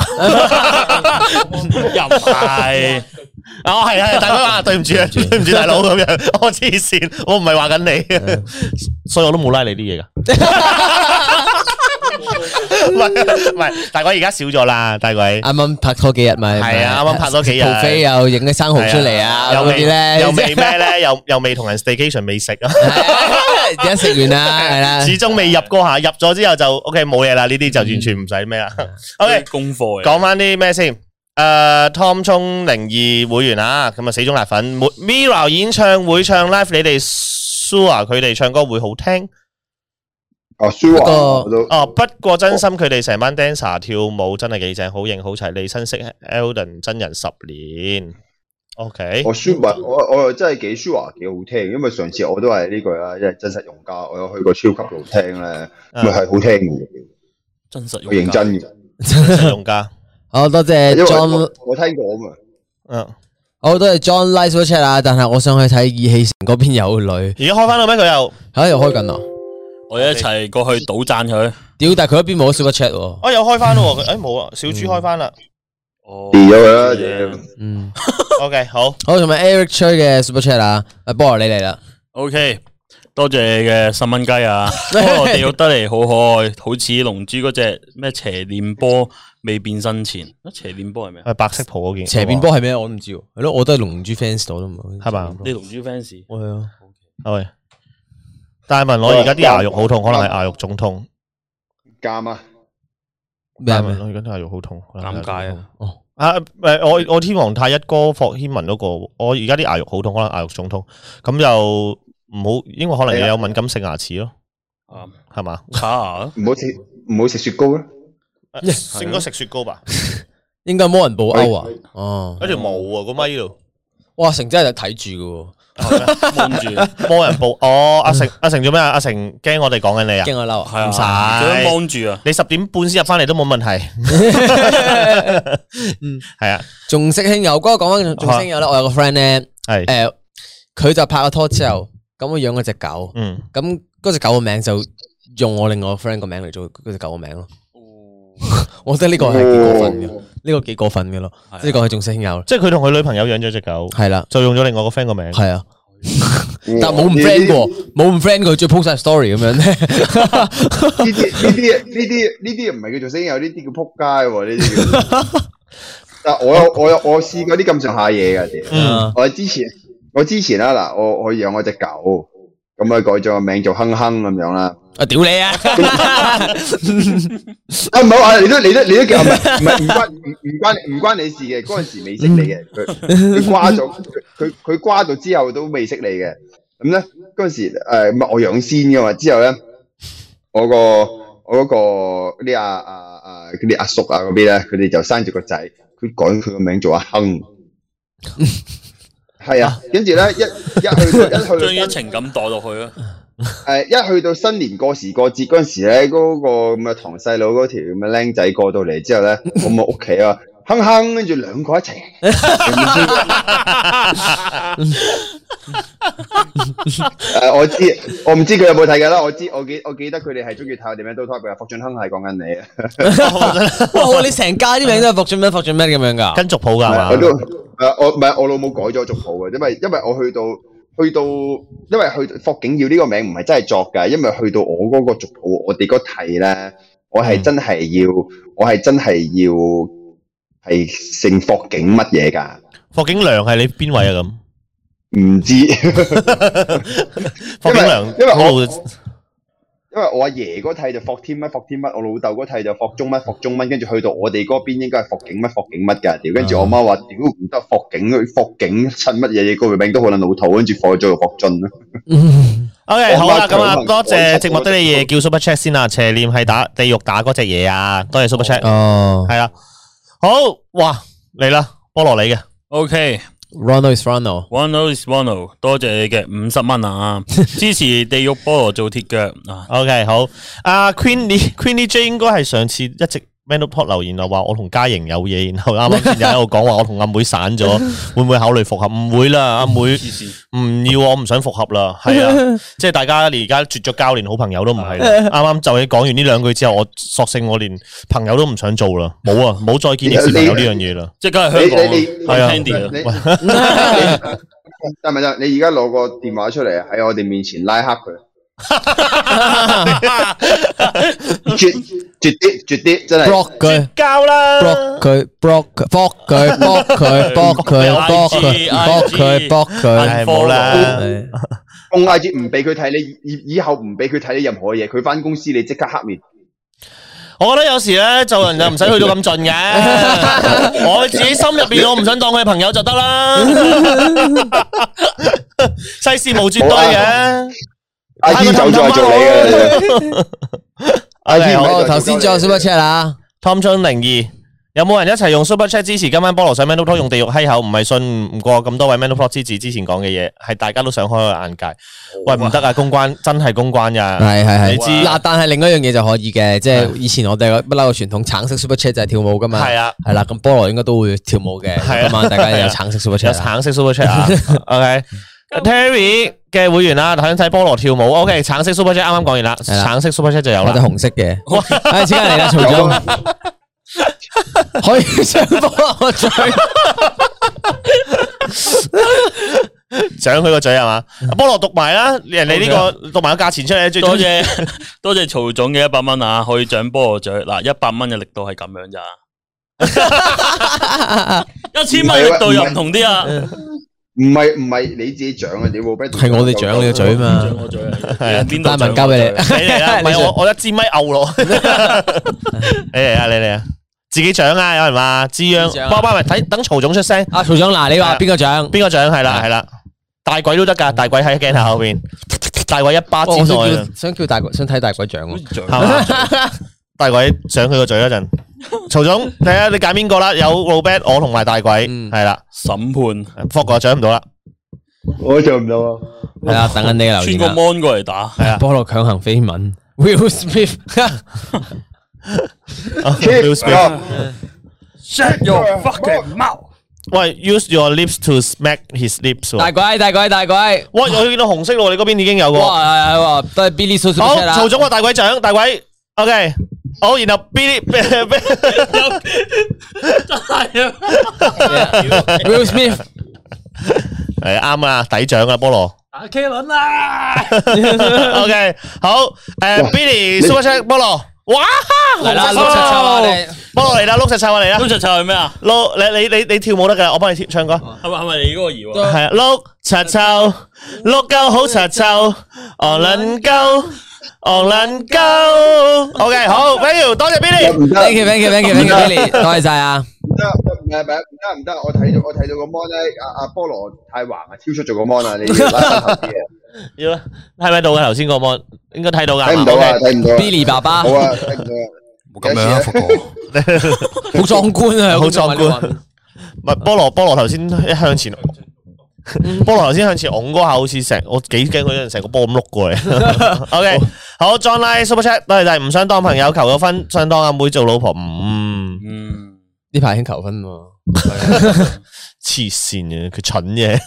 Speaker 1: 又唔係
Speaker 3: 啊，系系，大 佬啊，對唔住啊，對唔住大佬咁樣， 我黐線，我唔係話緊 你，所以我都冇拉你啲嘢噶。 唔係唔係，大鬼而家少咗啦，大鬼
Speaker 2: 啱啱拍拖幾日咪
Speaker 3: 係啊，啱啱拍咗幾日，
Speaker 2: 陶飛又影啲生蠔出嚟啊，
Speaker 3: 又
Speaker 2: 嗰
Speaker 3: 未
Speaker 2: 啲咧，
Speaker 3: 又 未咩咧，又又未同人 staycation 未 食啊，
Speaker 2: 而家啊食完 啦，係啦，
Speaker 3: 始終未入過下，入咗之後就 OK 冇嘢啦，呢啲就完全唔使咩啦。OK。
Speaker 1: 功課嚟。
Speaker 3: 讲翻啲咩先？诶、t o m 冲零二會員啊，咁啊死忠辣粉沒，Mira 演唱會唱 live，你哋 sure 佢哋唱歌會好聽
Speaker 5: 哦，舒
Speaker 2: 不過
Speaker 5: 華我都
Speaker 3: 哦。不過真心佢哋成班 dancer 跳舞真係幾正，好型好齊。你新識 Elden 真人十年，OK，
Speaker 5: 我舒華，我哦我又真係幾舒華幾好聽，因為上次我都係呢句啦，因為真實用家，我有去過超級路聽咧，咪係好聽嘅，
Speaker 1: 真實
Speaker 5: 我認
Speaker 1: 用家
Speaker 5: 真嘅，
Speaker 3: 實用家，
Speaker 2: 好多謝
Speaker 5: 因為
Speaker 2: John，
Speaker 5: 我我聽過啊嘛，
Speaker 3: 嗯，
Speaker 2: 好多謝 John Live Super Chat 啊，但係我想去睇義氣城嗰邊有女，
Speaker 3: 而家開翻啦咩？佢又，
Speaker 2: 喺度開緊啊！
Speaker 1: 我一齊過去倒讚佢。
Speaker 2: 屌，但係佢嗰邊冇 Super Chat 喎，
Speaker 3: 哦又開翻咯喎，佢誒冇啊，小豬開翻啦、
Speaker 1: 哦
Speaker 5: 跌咗佢啦屌，
Speaker 2: 嗯。
Speaker 3: o k 好，
Speaker 2: 好，同埋 Eric 吹嘅 Super Chat 啊，阿菠蘿你嚟啦，
Speaker 1: O K，多謝你嘅十蚊雞啊！菠蘿掉得嚟好可愛，好似龍珠嗰只咩邪念波未變身前，啊邪念波係咩啊？
Speaker 3: 係白色袍嗰件，
Speaker 2: 斜邊波係咩？我都唔知喎，係咯，我都係龍珠 fans 到啦哦嘛，
Speaker 3: 係嘛
Speaker 1: 你龍珠 fans
Speaker 2: 係啊，
Speaker 3: 係，大文我而家啲牙肉好痛，可能係牙肉腫痛。
Speaker 5: 監啊，
Speaker 2: 咩啊
Speaker 3: 大文
Speaker 2: 咩？
Speaker 3: 我而家都係肉好痛，
Speaker 1: 尷尬啊！
Speaker 2: 哦，
Speaker 3: 啊！诶，我我天皇太一哥霍軒文嗰個，我而家啲牙肉好痛，可能牙肉腫痛，咁就唔好，因為可能你有敏感性牙齒咯，
Speaker 1: 啊
Speaker 3: 係嘛？
Speaker 1: 卡牙
Speaker 5: 唔好食唔好食雪糕啦，
Speaker 3: 應該食雪糕吧？
Speaker 2: 應該冇人報歐啊，哦，
Speaker 3: 一條毛啊，個咪度，
Speaker 2: 哇，成真係睇住
Speaker 1: 蒙住，係
Speaker 3: 幫人報。哦， 阿成阿成做咩啊？阿成驚我哋講緊你
Speaker 2: 嘅喎，
Speaker 3: 啊？
Speaker 2: 驚我嬲啊，
Speaker 1: 啊，
Speaker 3: 唔使
Speaker 1: 佢都蒙住啊！
Speaker 3: 你十點半先入翻嚟都冇問 題。
Speaker 2: 嗯
Speaker 3: 係啊，
Speaker 2: 仲識兄友，嗰個講翻仲識兄友咧，我有個 friend 咧，
Speaker 3: 係，
Speaker 2: 誒，佢就拍咗拖之後，咁我養咗只狗，
Speaker 3: 嗯，
Speaker 2: 咁嗰只狗嘅名就用我另外個 friend 個名嚟做嗰只狗嘅名咯， 我覺得呢個係幾過分嘅，呢個幾過分嘅咯，即係講佢仲識兄友，
Speaker 3: 即係佢同佢女朋友養咗只狗，
Speaker 2: 係啦，
Speaker 3: 就用咗另外個 friend 個名。
Speaker 2: 係啊。
Speaker 5: 但
Speaker 2: 但冇唔 friend 過，冇唔 friend 佢，最 post 晒 story 咁樣咧，
Speaker 5: 呢啲呢啲呢啲呢啲唔係叫做聲友，呢啲叫撲街喎，呢啲叫。但我有我有我試過啲咁上下嘢㗎，屌！我之前我之前啦嗱，我我養我只狗，咁啊改咗個名做亨亨咁樣啦。
Speaker 2: 啊屌你啊！
Speaker 5: 啊唔好啊，你都你都你都叫唔係唔係唔關唔唔關唔關你事嘅，嗰陣時未識你嘅，佢佢瓜咗佢佢佢瓜咗之後都未識你嘅，咁咧嗰陣時誒唔係我養先嘅嘛，之後咧我個我嗰、個嗰啲阿阿阿嗰啲阿叔啊嗰邊咧，佢哋就生咗個仔，佢改佢個名做阿亨。係啊，跟住咧一一去到一去到
Speaker 1: 將啲情感代落去啊！
Speaker 5: 诶，一去到新年過時過節嗰阵时咧，嗰、個咁嘅堂細佬嗰條咁嘅僆仔過到嚟之後咧，我咪屋企啊，哼哼，跟住兩個一齊，誒我知，我唔知佢有冇睇㗎啦，我知，我記我記得佢哋係中意睇我哋咩都 talk 嘅，霍俊亨係講緊你 啊，
Speaker 2: 哇！你成家啲名都係霍俊咩、霍俊咩咁樣噶？
Speaker 3: 跟族谱噶系嘛
Speaker 5: 我？都誒我唔係我老母改咗族譜嘅，因為因為我去到去到，因為去霍景耀呢個名唔係真係作㗎，因為去到我嗰個族譜，我哋嗰題咧，我係真係要，我係真係要係姓霍景乜嘢㗎？
Speaker 3: 霍景良系你边位啊？咁
Speaker 5: 唔知，因
Speaker 3: 霍景良，
Speaker 5: 因為我
Speaker 3: 我
Speaker 5: 為我阿爺嗰替就霍天乜霍天乜，我老豆嗰替就霍中乜霍中乜，跟住去到我哋嗰邊應該係霍景乜霍景乜㗎，屌！跟 住我媽話：屌唔得，霍景霍景襯乜嘢嘢個名都好撚老土，跟住放咗個霍俊啦。
Speaker 3: OK，
Speaker 5: 我
Speaker 3: 好啦，
Speaker 5: 媽
Speaker 3: 咁啊，
Speaker 5: 強
Speaker 3: 多謝
Speaker 5: 我
Speaker 3: 寂寞的你夜叫 Super Chat 先啊，邪念係打地獄打嗰只嘢啊，多謝 à? Super Chat，
Speaker 2: Ờ. 哦
Speaker 3: 係啦，好，哇，嚟啦，菠蘿你嘅，
Speaker 1: OK。
Speaker 2: ，Ronald is Ronald，
Speaker 1: One O is oh One O，多謝你嘅五十蚊啊！支持地獄菠蘿做鐵腳啊！
Speaker 3: OK，好，À, 阿 Queenie Queenie J 應該係上次一直 Man Up Talk 留言啊，話我同嘉瑩有嘢，然後啱啱先又喺度講話我同阿妹散咗，會唔會考慮復合？唔會啦，阿妹
Speaker 1: 黐線，
Speaker 3: 唔要，我唔想復合啦，係啊，即係大家連而家絕咗交，連好朋友都唔係啦。啱啱就你講完呢兩句之後，我索性我連朋友都唔想做啦，冇啊，冇再見啲小朋友呢樣嘢啦。
Speaker 1: 即刻
Speaker 5: 你
Speaker 1: 係香港
Speaker 5: 你
Speaker 1: 啊
Speaker 5: 你
Speaker 3: 係啊
Speaker 1: ，Tandy 啊
Speaker 5: 你，但係咪你而家攞個電話出嚟喺我哋面前拉黑佢，絕絕啲絕啲，真係
Speaker 2: block 佢
Speaker 3: 交啦
Speaker 2: ，block 佢，block 佢，block 佢，block 佢，block 佢，block 佢，block 佢，block 佢。
Speaker 3: 唉冇啦，
Speaker 5: 封 I G 唔俾佢睇你，以以後唔俾佢睇你任何嘢，佢翻公司你即刻黑面。
Speaker 3: 我覺得有時咧做人就唔使去到咁盡嘅，我自己心入邊我唔想當佢係朋友就得啦。 世事無絕對嘅，
Speaker 5: 阿姨走咗係做你嘅。阿姨唔
Speaker 2: 好，
Speaker 5: 喺度
Speaker 2: 頭先仲有 super chat 啊，
Speaker 3: Tom Chun 零二，有冇人一齊用 Super Chat 支持今晚菠蘿上 Man Talk 用地獄閪口？唔係信唔過咁多位 Man Talk 支持之前講嘅嘢，係大家都想開個眼界。喂，唔得啊，公關真係公關呀！
Speaker 2: 係係係。
Speaker 3: 你知
Speaker 2: 嗱，但係另一樣嘢就可以嘅，即係以前我哋有不嬲嘅傳統，橙色 super chat 就係跳舞噶嘛。
Speaker 3: 係啊，
Speaker 2: 係啦，咁菠蘿應該都會跳舞嘅。
Speaker 3: 係啊
Speaker 2: 今晚大 家有橙色 super
Speaker 3: 有
Speaker 2: chat 啊。
Speaker 3: 橙色 Super Chat 啊，OK。Terry 嘅會員啦，想睇菠蘿跳舞，OK。橙色 Super Chat 啱啱講完啦，
Speaker 2: 啦
Speaker 3: 橙色 Super Chat 就有
Speaker 2: 或
Speaker 3: 啦
Speaker 2: 者。紅色嘅，唉，即刻嚟啦，曹總，可以上波啊我最
Speaker 3: 掌佢個嘴係嘛？菠蘿讀埋啦，人哋呢個讀埋個價錢出嚟，最
Speaker 1: 多
Speaker 3: 中意
Speaker 1: 謝多謝曹總嘅一百蚊啊！可以獎菠蘿獎嗱，一百蚊嘅力度係咁樣咋，一千蚊力度又唔同啲啊！
Speaker 5: 唔係唔係你自己獎啊！屌，Roberto
Speaker 2: 係我哋獎你個嘴嘛
Speaker 1: 獎我嘴啊，邊度
Speaker 2: 大文
Speaker 1: 獎
Speaker 2: 交俾你
Speaker 1: 我
Speaker 3: 你嚟 啦，唔係
Speaker 2: 你
Speaker 3: 我我一支咪摳落，你嚟啊你嚟啊，自己獎啊有人話，知央
Speaker 2: 自己獎啊
Speaker 3: 包包咪睇等曹總出聲，
Speaker 2: 阿啊曹總嗱，你話邊個獎？
Speaker 3: 邊個獎係啦
Speaker 2: 啊
Speaker 3: 係啦，大鬼都得㗎，大鬼喺鏡頭後邊，大鬼一巴之
Speaker 2: 我想
Speaker 3: 內啊
Speaker 2: 叫，想叫大鬼，想睇大鬼獎喎。
Speaker 1: 獎啊
Speaker 3: 係嘛？大鬼上佢個嘴嗰陣，曹總睇下你揀邊個啦，有 Robert 我同埋大鬼
Speaker 2: 嗯
Speaker 3: 係啦，
Speaker 1: 審判
Speaker 3: 霍哥獎唔到啦，
Speaker 5: 我做唔到啊！
Speaker 2: 係啦，等緊你留
Speaker 1: 穿
Speaker 2: 言
Speaker 1: 個
Speaker 2: 啦。
Speaker 1: mon 過嚟打，
Speaker 3: 係啊
Speaker 2: 菠蘿強行飛吻，Will Smith
Speaker 3: Ờ, ，Will Smith
Speaker 1: Shut your fucking mouth！
Speaker 3: 喂，use your lips to smack his lips 喎。
Speaker 2: 大鬼大鬼大鬼，
Speaker 3: 喂，我見到紅色咯，你嗰邊已經有個。
Speaker 2: 哇係係喎，都係 Billy Super
Speaker 3: 好，
Speaker 2: Chat 啦。
Speaker 3: 曹總話大鬼獎，大鬼，OK，好，然後 Billy，
Speaker 1: 係啊，
Speaker 2: Will Smith
Speaker 3: 係啱啦，抵獎啦，菠蘿。
Speaker 1: 打 K 輪啦！
Speaker 3: OK，好，誒，Billy Super Chat 菠蘿，哇，
Speaker 2: 嚟啦，
Speaker 3: 紅
Speaker 2: 六七
Speaker 3: 色
Speaker 2: 七啊我
Speaker 3: 菠
Speaker 2: 哋
Speaker 3: 蘿，菠蘿嚟啦，碌石臭啊嚟啦
Speaker 1: 咁，就係咩啊？
Speaker 3: 碌你你你你跳舞得㗎，我幫你跳唱歌。
Speaker 1: 係咪係咪你嗰個疑惑？
Speaker 3: 係啊，碌柒臭，碌鳩好柒臭，昂撚鳩，昂撚鳩。OK，好，thank you，多謝 Billy。
Speaker 5: 唔得
Speaker 2: Thank you thank you thank you thank you Billy，多謝晒啊。
Speaker 5: 唔得唔係唔係唔得唔得！我睇到我睇到個 mon 咧，阿阿菠蘿太橫啊，超出咗個 mon 啊！你要拉翻頭 啲嘅，
Speaker 3: 要啦，睇唔睇到嘅頭先個 mon？應該睇到㗎。
Speaker 5: 睇唔到啊，
Speaker 3: OK
Speaker 5: 睇唔到啊
Speaker 2: Billy 爸爸
Speaker 5: 好啊，睇唔到 啊！咁樣啊
Speaker 1: 福哥。
Speaker 2: 好壯觀啊，
Speaker 3: 好壯觀唔係菠
Speaker 1: 哦
Speaker 3: 蘿，菠蘿頭先一向前，
Speaker 1: 嗯
Speaker 3: 菠蘿頭先向前拱嗰下，好似成我幾驚佢陣成個波咁碌過嚟。OK，好，John Lie Super Chat，多謝晒，唔想當朋友，求咗婚，想當阿妹做老婆，唔
Speaker 1: 嗯，啊
Speaker 2: 呢排兴求婚喎，
Speaker 3: 黐线嘅，佢蠢嘢，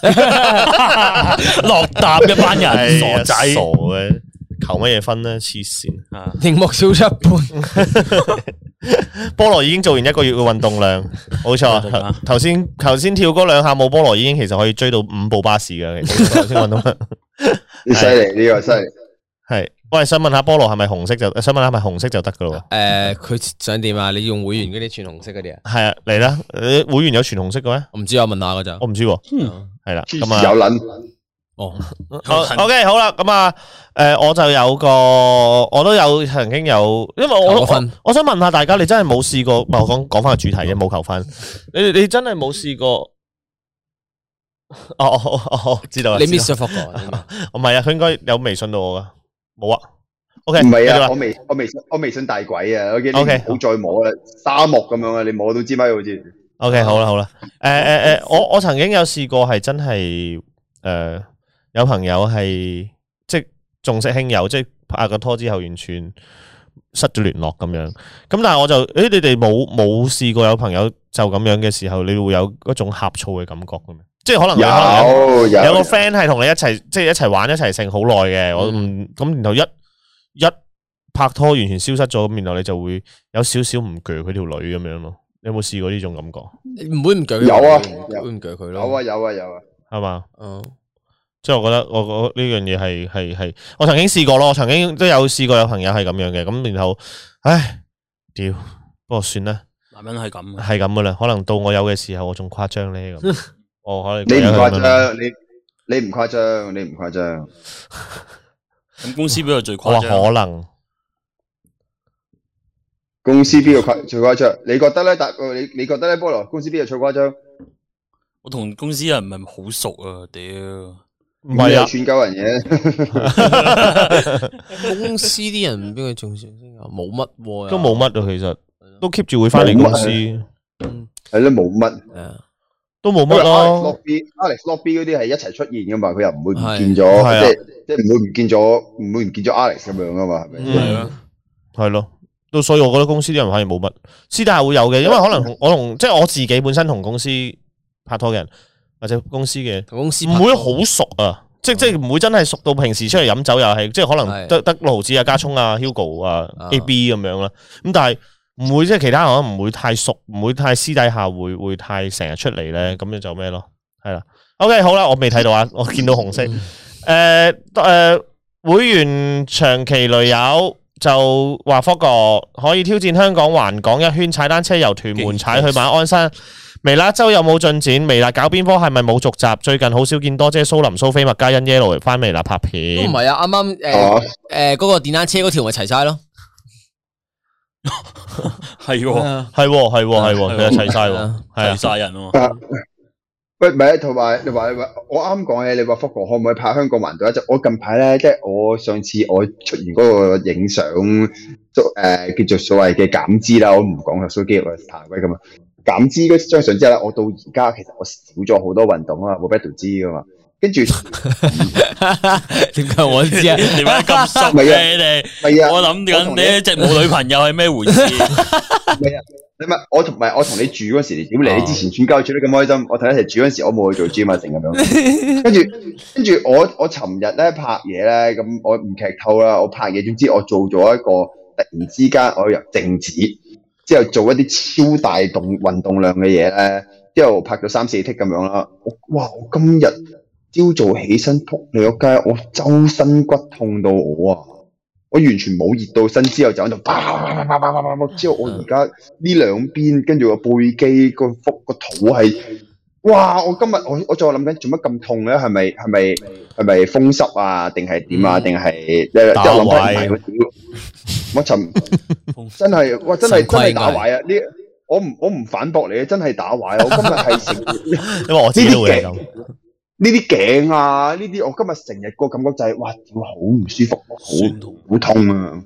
Speaker 1: 落搭一班 人
Speaker 3: 係啊
Speaker 1: 傻仔
Speaker 3: 傻嘅，求乜嘢分咧？黐线，
Speaker 1: 啊
Speaker 2: 荧幕少咗 一半，
Speaker 3: 菠萝已经做完一个月嘅运动 量，冇错
Speaker 1: 運動量。
Speaker 3: 头先头先跳嗰两下冇菠萝，已经其实可以追到五部巴士嘅。其实头先运动 量
Speaker 5: 你犀利呢個犀利，
Speaker 3: 系，喂，想问下菠萝系咪红色就？想问下系咪红色就得噶咯？
Speaker 2: 诶，佢想点啊？你用會員嗰啲全紅色嗰啲啊？
Speaker 3: 系啊，嚟啦！你会员有全红色嘅咩？
Speaker 2: 我唔知，我問下噶咋。
Speaker 3: 我唔知喎。
Speaker 1: 嗯
Speaker 3: 系啦，
Speaker 5: 黐
Speaker 3: 咁
Speaker 5: 線
Speaker 3: 啊
Speaker 5: 有。撚，
Speaker 2: 哦，
Speaker 3: 好 OK，好啦，咁啊，诶，我就有個，我都有曾經有，因為我
Speaker 2: 求婚
Speaker 3: 我我想問下大家，你真係冇試過？唔係我講講翻個主題啫，冇求婚，你你真係冇試過？ 哦哦哦哦哦，知道啦，
Speaker 2: 你
Speaker 3: 知道
Speaker 2: miss 咗 f o
Speaker 3: 唔係啊，佢應該有微信到我噶，冇啊，OK，
Speaker 5: 唔係
Speaker 3: 繼續
Speaker 5: 啊，
Speaker 3: 啦
Speaker 5: 我微我微信我微信大鬼啊，OK，
Speaker 3: OK
Speaker 5: 好再摸啦，沙漠咁樣啊，你摸到支咪好似。
Speaker 3: OK，好啦好啦，诶诶诶，我我曾經有試過係真係诶、誒有朋友係即係重色輕友，即係拍個拖之後完全失咗聯絡咁樣。咁但係我就诶、你哋冇冇试过有朋友就咁樣嘅時候，你會有嗰種呷醋嘅感覺嘅咩？即係可能你可能有
Speaker 5: 有有
Speaker 3: 有個 friend 係同你一齊，即係一齊玩一齊成好耐嘅，我唔咁，然後一一拍拖完全消失咗，咁然後你就會有少少唔鋸佢條女咁樣咯。你有冇試過呢種感覺？
Speaker 2: 唔會唔舉佢
Speaker 5: 有啊有
Speaker 2: 會唔舉佢咯？
Speaker 5: 有啊有啊有啊，
Speaker 3: 係嘛？
Speaker 2: 嗯，
Speaker 3: 即係我覺得我我呢樣嘢係係係，我曾經試過咯，我曾經都有試過有朋友係咁樣嘅，咁然後，唉，屌，不過算啦，
Speaker 1: 男人係咁嘅，
Speaker 3: 係咁噶啦，可能到我有嘅時候，我仲誇張咧咁，我可能
Speaker 5: 你唔
Speaker 3: 咁
Speaker 5: 誇
Speaker 3: 樣
Speaker 5: 張，你你唔誇張，你唔誇張，
Speaker 1: 咁公司比我最
Speaker 3: 我
Speaker 1: 誇
Speaker 3: 話
Speaker 1: 張，
Speaker 3: 可能
Speaker 5: 公司邊個誇最誇張？你覺得咧？但你你覺得咧？菠蘿公司邊個最誇張？
Speaker 1: 我同公司人唔係好熟啊，屌，
Speaker 3: 唔係啊，
Speaker 5: 串鳩人嘅，
Speaker 2: 公司啲人邊個仲算先啊？冇乜喎，
Speaker 3: 都冇乜啊，其實都 keep 住會翻
Speaker 5: 啊
Speaker 3: 嚟公司，
Speaker 5: 係咯冇乜。
Speaker 2: 係啊。
Speaker 3: 都冇
Speaker 5: 因為
Speaker 3: 乜
Speaker 5: Alex
Speaker 3: 咯
Speaker 5: Lobby、Alex Lobby 嗰啲係一齊出現噶嘛，佢又唔會唔
Speaker 2: 係
Speaker 5: 見
Speaker 3: 係
Speaker 5: 咗，
Speaker 3: 啊
Speaker 5: 即係即係唔會唔見咗，唔會唔見咗 Alex 咁樣噶嘛，係咪？
Speaker 3: 嗯
Speaker 1: 係啊，
Speaker 3: 係咯。都所以，我覺得公司啲人反而冇乜，私底下會有嘅，因為可能
Speaker 5: 嗯
Speaker 3: 同我同即係我自己本身同公司拍拖嘅人，或者公司嘅
Speaker 2: 同公司
Speaker 3: 唔
Speaker 2: 拍
Speaker 3: 會
Speaker 2: 拖
Speaker 3: 好熟啊，即即係唔會真係熟到平時出嚟飲酒又係，即係可
Speaker 2: 係
Speaker 3: 能得得盧子啊、家聰啊、Hugo 啊
Speaker 2: 啊、
Speaker 3: A B 咁樣啦。咁但係唔會即係其他人可能唔會太熟，唔會太私底下會會太成日出嚟咧，咁樣就咩咯？係啦。OK，好啦，我未睇到 啊，我見到紅色。诶诶，会员長期累友就話福哥可以挑戰香港環港一圈踩單車由屯門踩去馬鞍山。微辣州有冇進展？微辣搞邊科係咪冇續集？最近好少見多姐蘇林、蘇菲、麥嘉欣、Yellow 翻微辣拍
Speaker 2: 都
Speaker 3: 片
Speaker 2: 唔。係啊！啱啱
Speaker 5: 哦
Speaker 2: 诶诶嗰個電單車嗰條咪齊晒咯，
Speaker 1: 係喎，
Speaker 3: 係喎係喎係喎，佢哋齊晒喎，係啊
Speaker 1: 齊。晒人喎。
Speaker 5: 喂，唔係，同埋你話你話，我啱講起你話福哥可唔可以拍香港環島一隻？我近排咧，即係我上次我出現嗰個影相，做誒、叫做所謂嘅減脂啦，我唔講核酸肌肉啊，彈鬼咁啊！減脂嗰張相之後咧，我到而家其實我少咗好多運動啊，冇 b a t 知噶嘛。跟住唔
Speaker 2: 點解我 知 啊？
Speaker 1: 你解咁熟
Speaker 5: 唔係啊
Speaker 1: 嘅你？
Speaker 5: 係啊，
Speaker 1: 我諗緊
Speaker 5: 我同你
Speaker 1: 你一直冇女朋友係咩回 事？
Speaker 5: 你咪我同埋我同你住嗰時，你點嚟？你之前轉交住得咁開心，我同你一齊住嗰時，我冇去做 gym 啊，成咁樣。跟住跟住我我尋日咧拍嘢咧，咁我唔劇透啦，我拍嘢，總之我做咗一個突然之間我入靜止，之後做一啲超大動運動量嘅嘢咧，之後拍咗三四剔咁樣啦。我哇！我今日朝早起身撲你個街，我周身骨痛到我啊！我完全冇熱到身，之後就喺度啪啪啪啪啪啪啪啪之後我而家呢兩邊跟住個背肌個腹個肚係，哇！我今日我我再諗緊做乜咁痛咧？係咪係咪係咪風濕啊？定係點啊？
Speaker 2: 嗯
Speaker 5: 定係即係
Speaker 3: 打
Speaker 5: 諗
Speaker 3: 位
Speaker 5: 翻埋個屌我尋真係哇！真係
Speaker 2: 神
Speaker 5: 真
Speaker 2: 龜
Speaker 5: 係打壞啊！呢我唔我唔反駁你，真係打壞啊！我今日係成呢
Speaker 3: 因為我自己都會係咁。
Speaker 5: 啲頸啊，呢啲我今日成日個感覺就係、哇！屌好唔舒服，好
Speaker 1: 酸痛
Speaker 5: 好痛啊！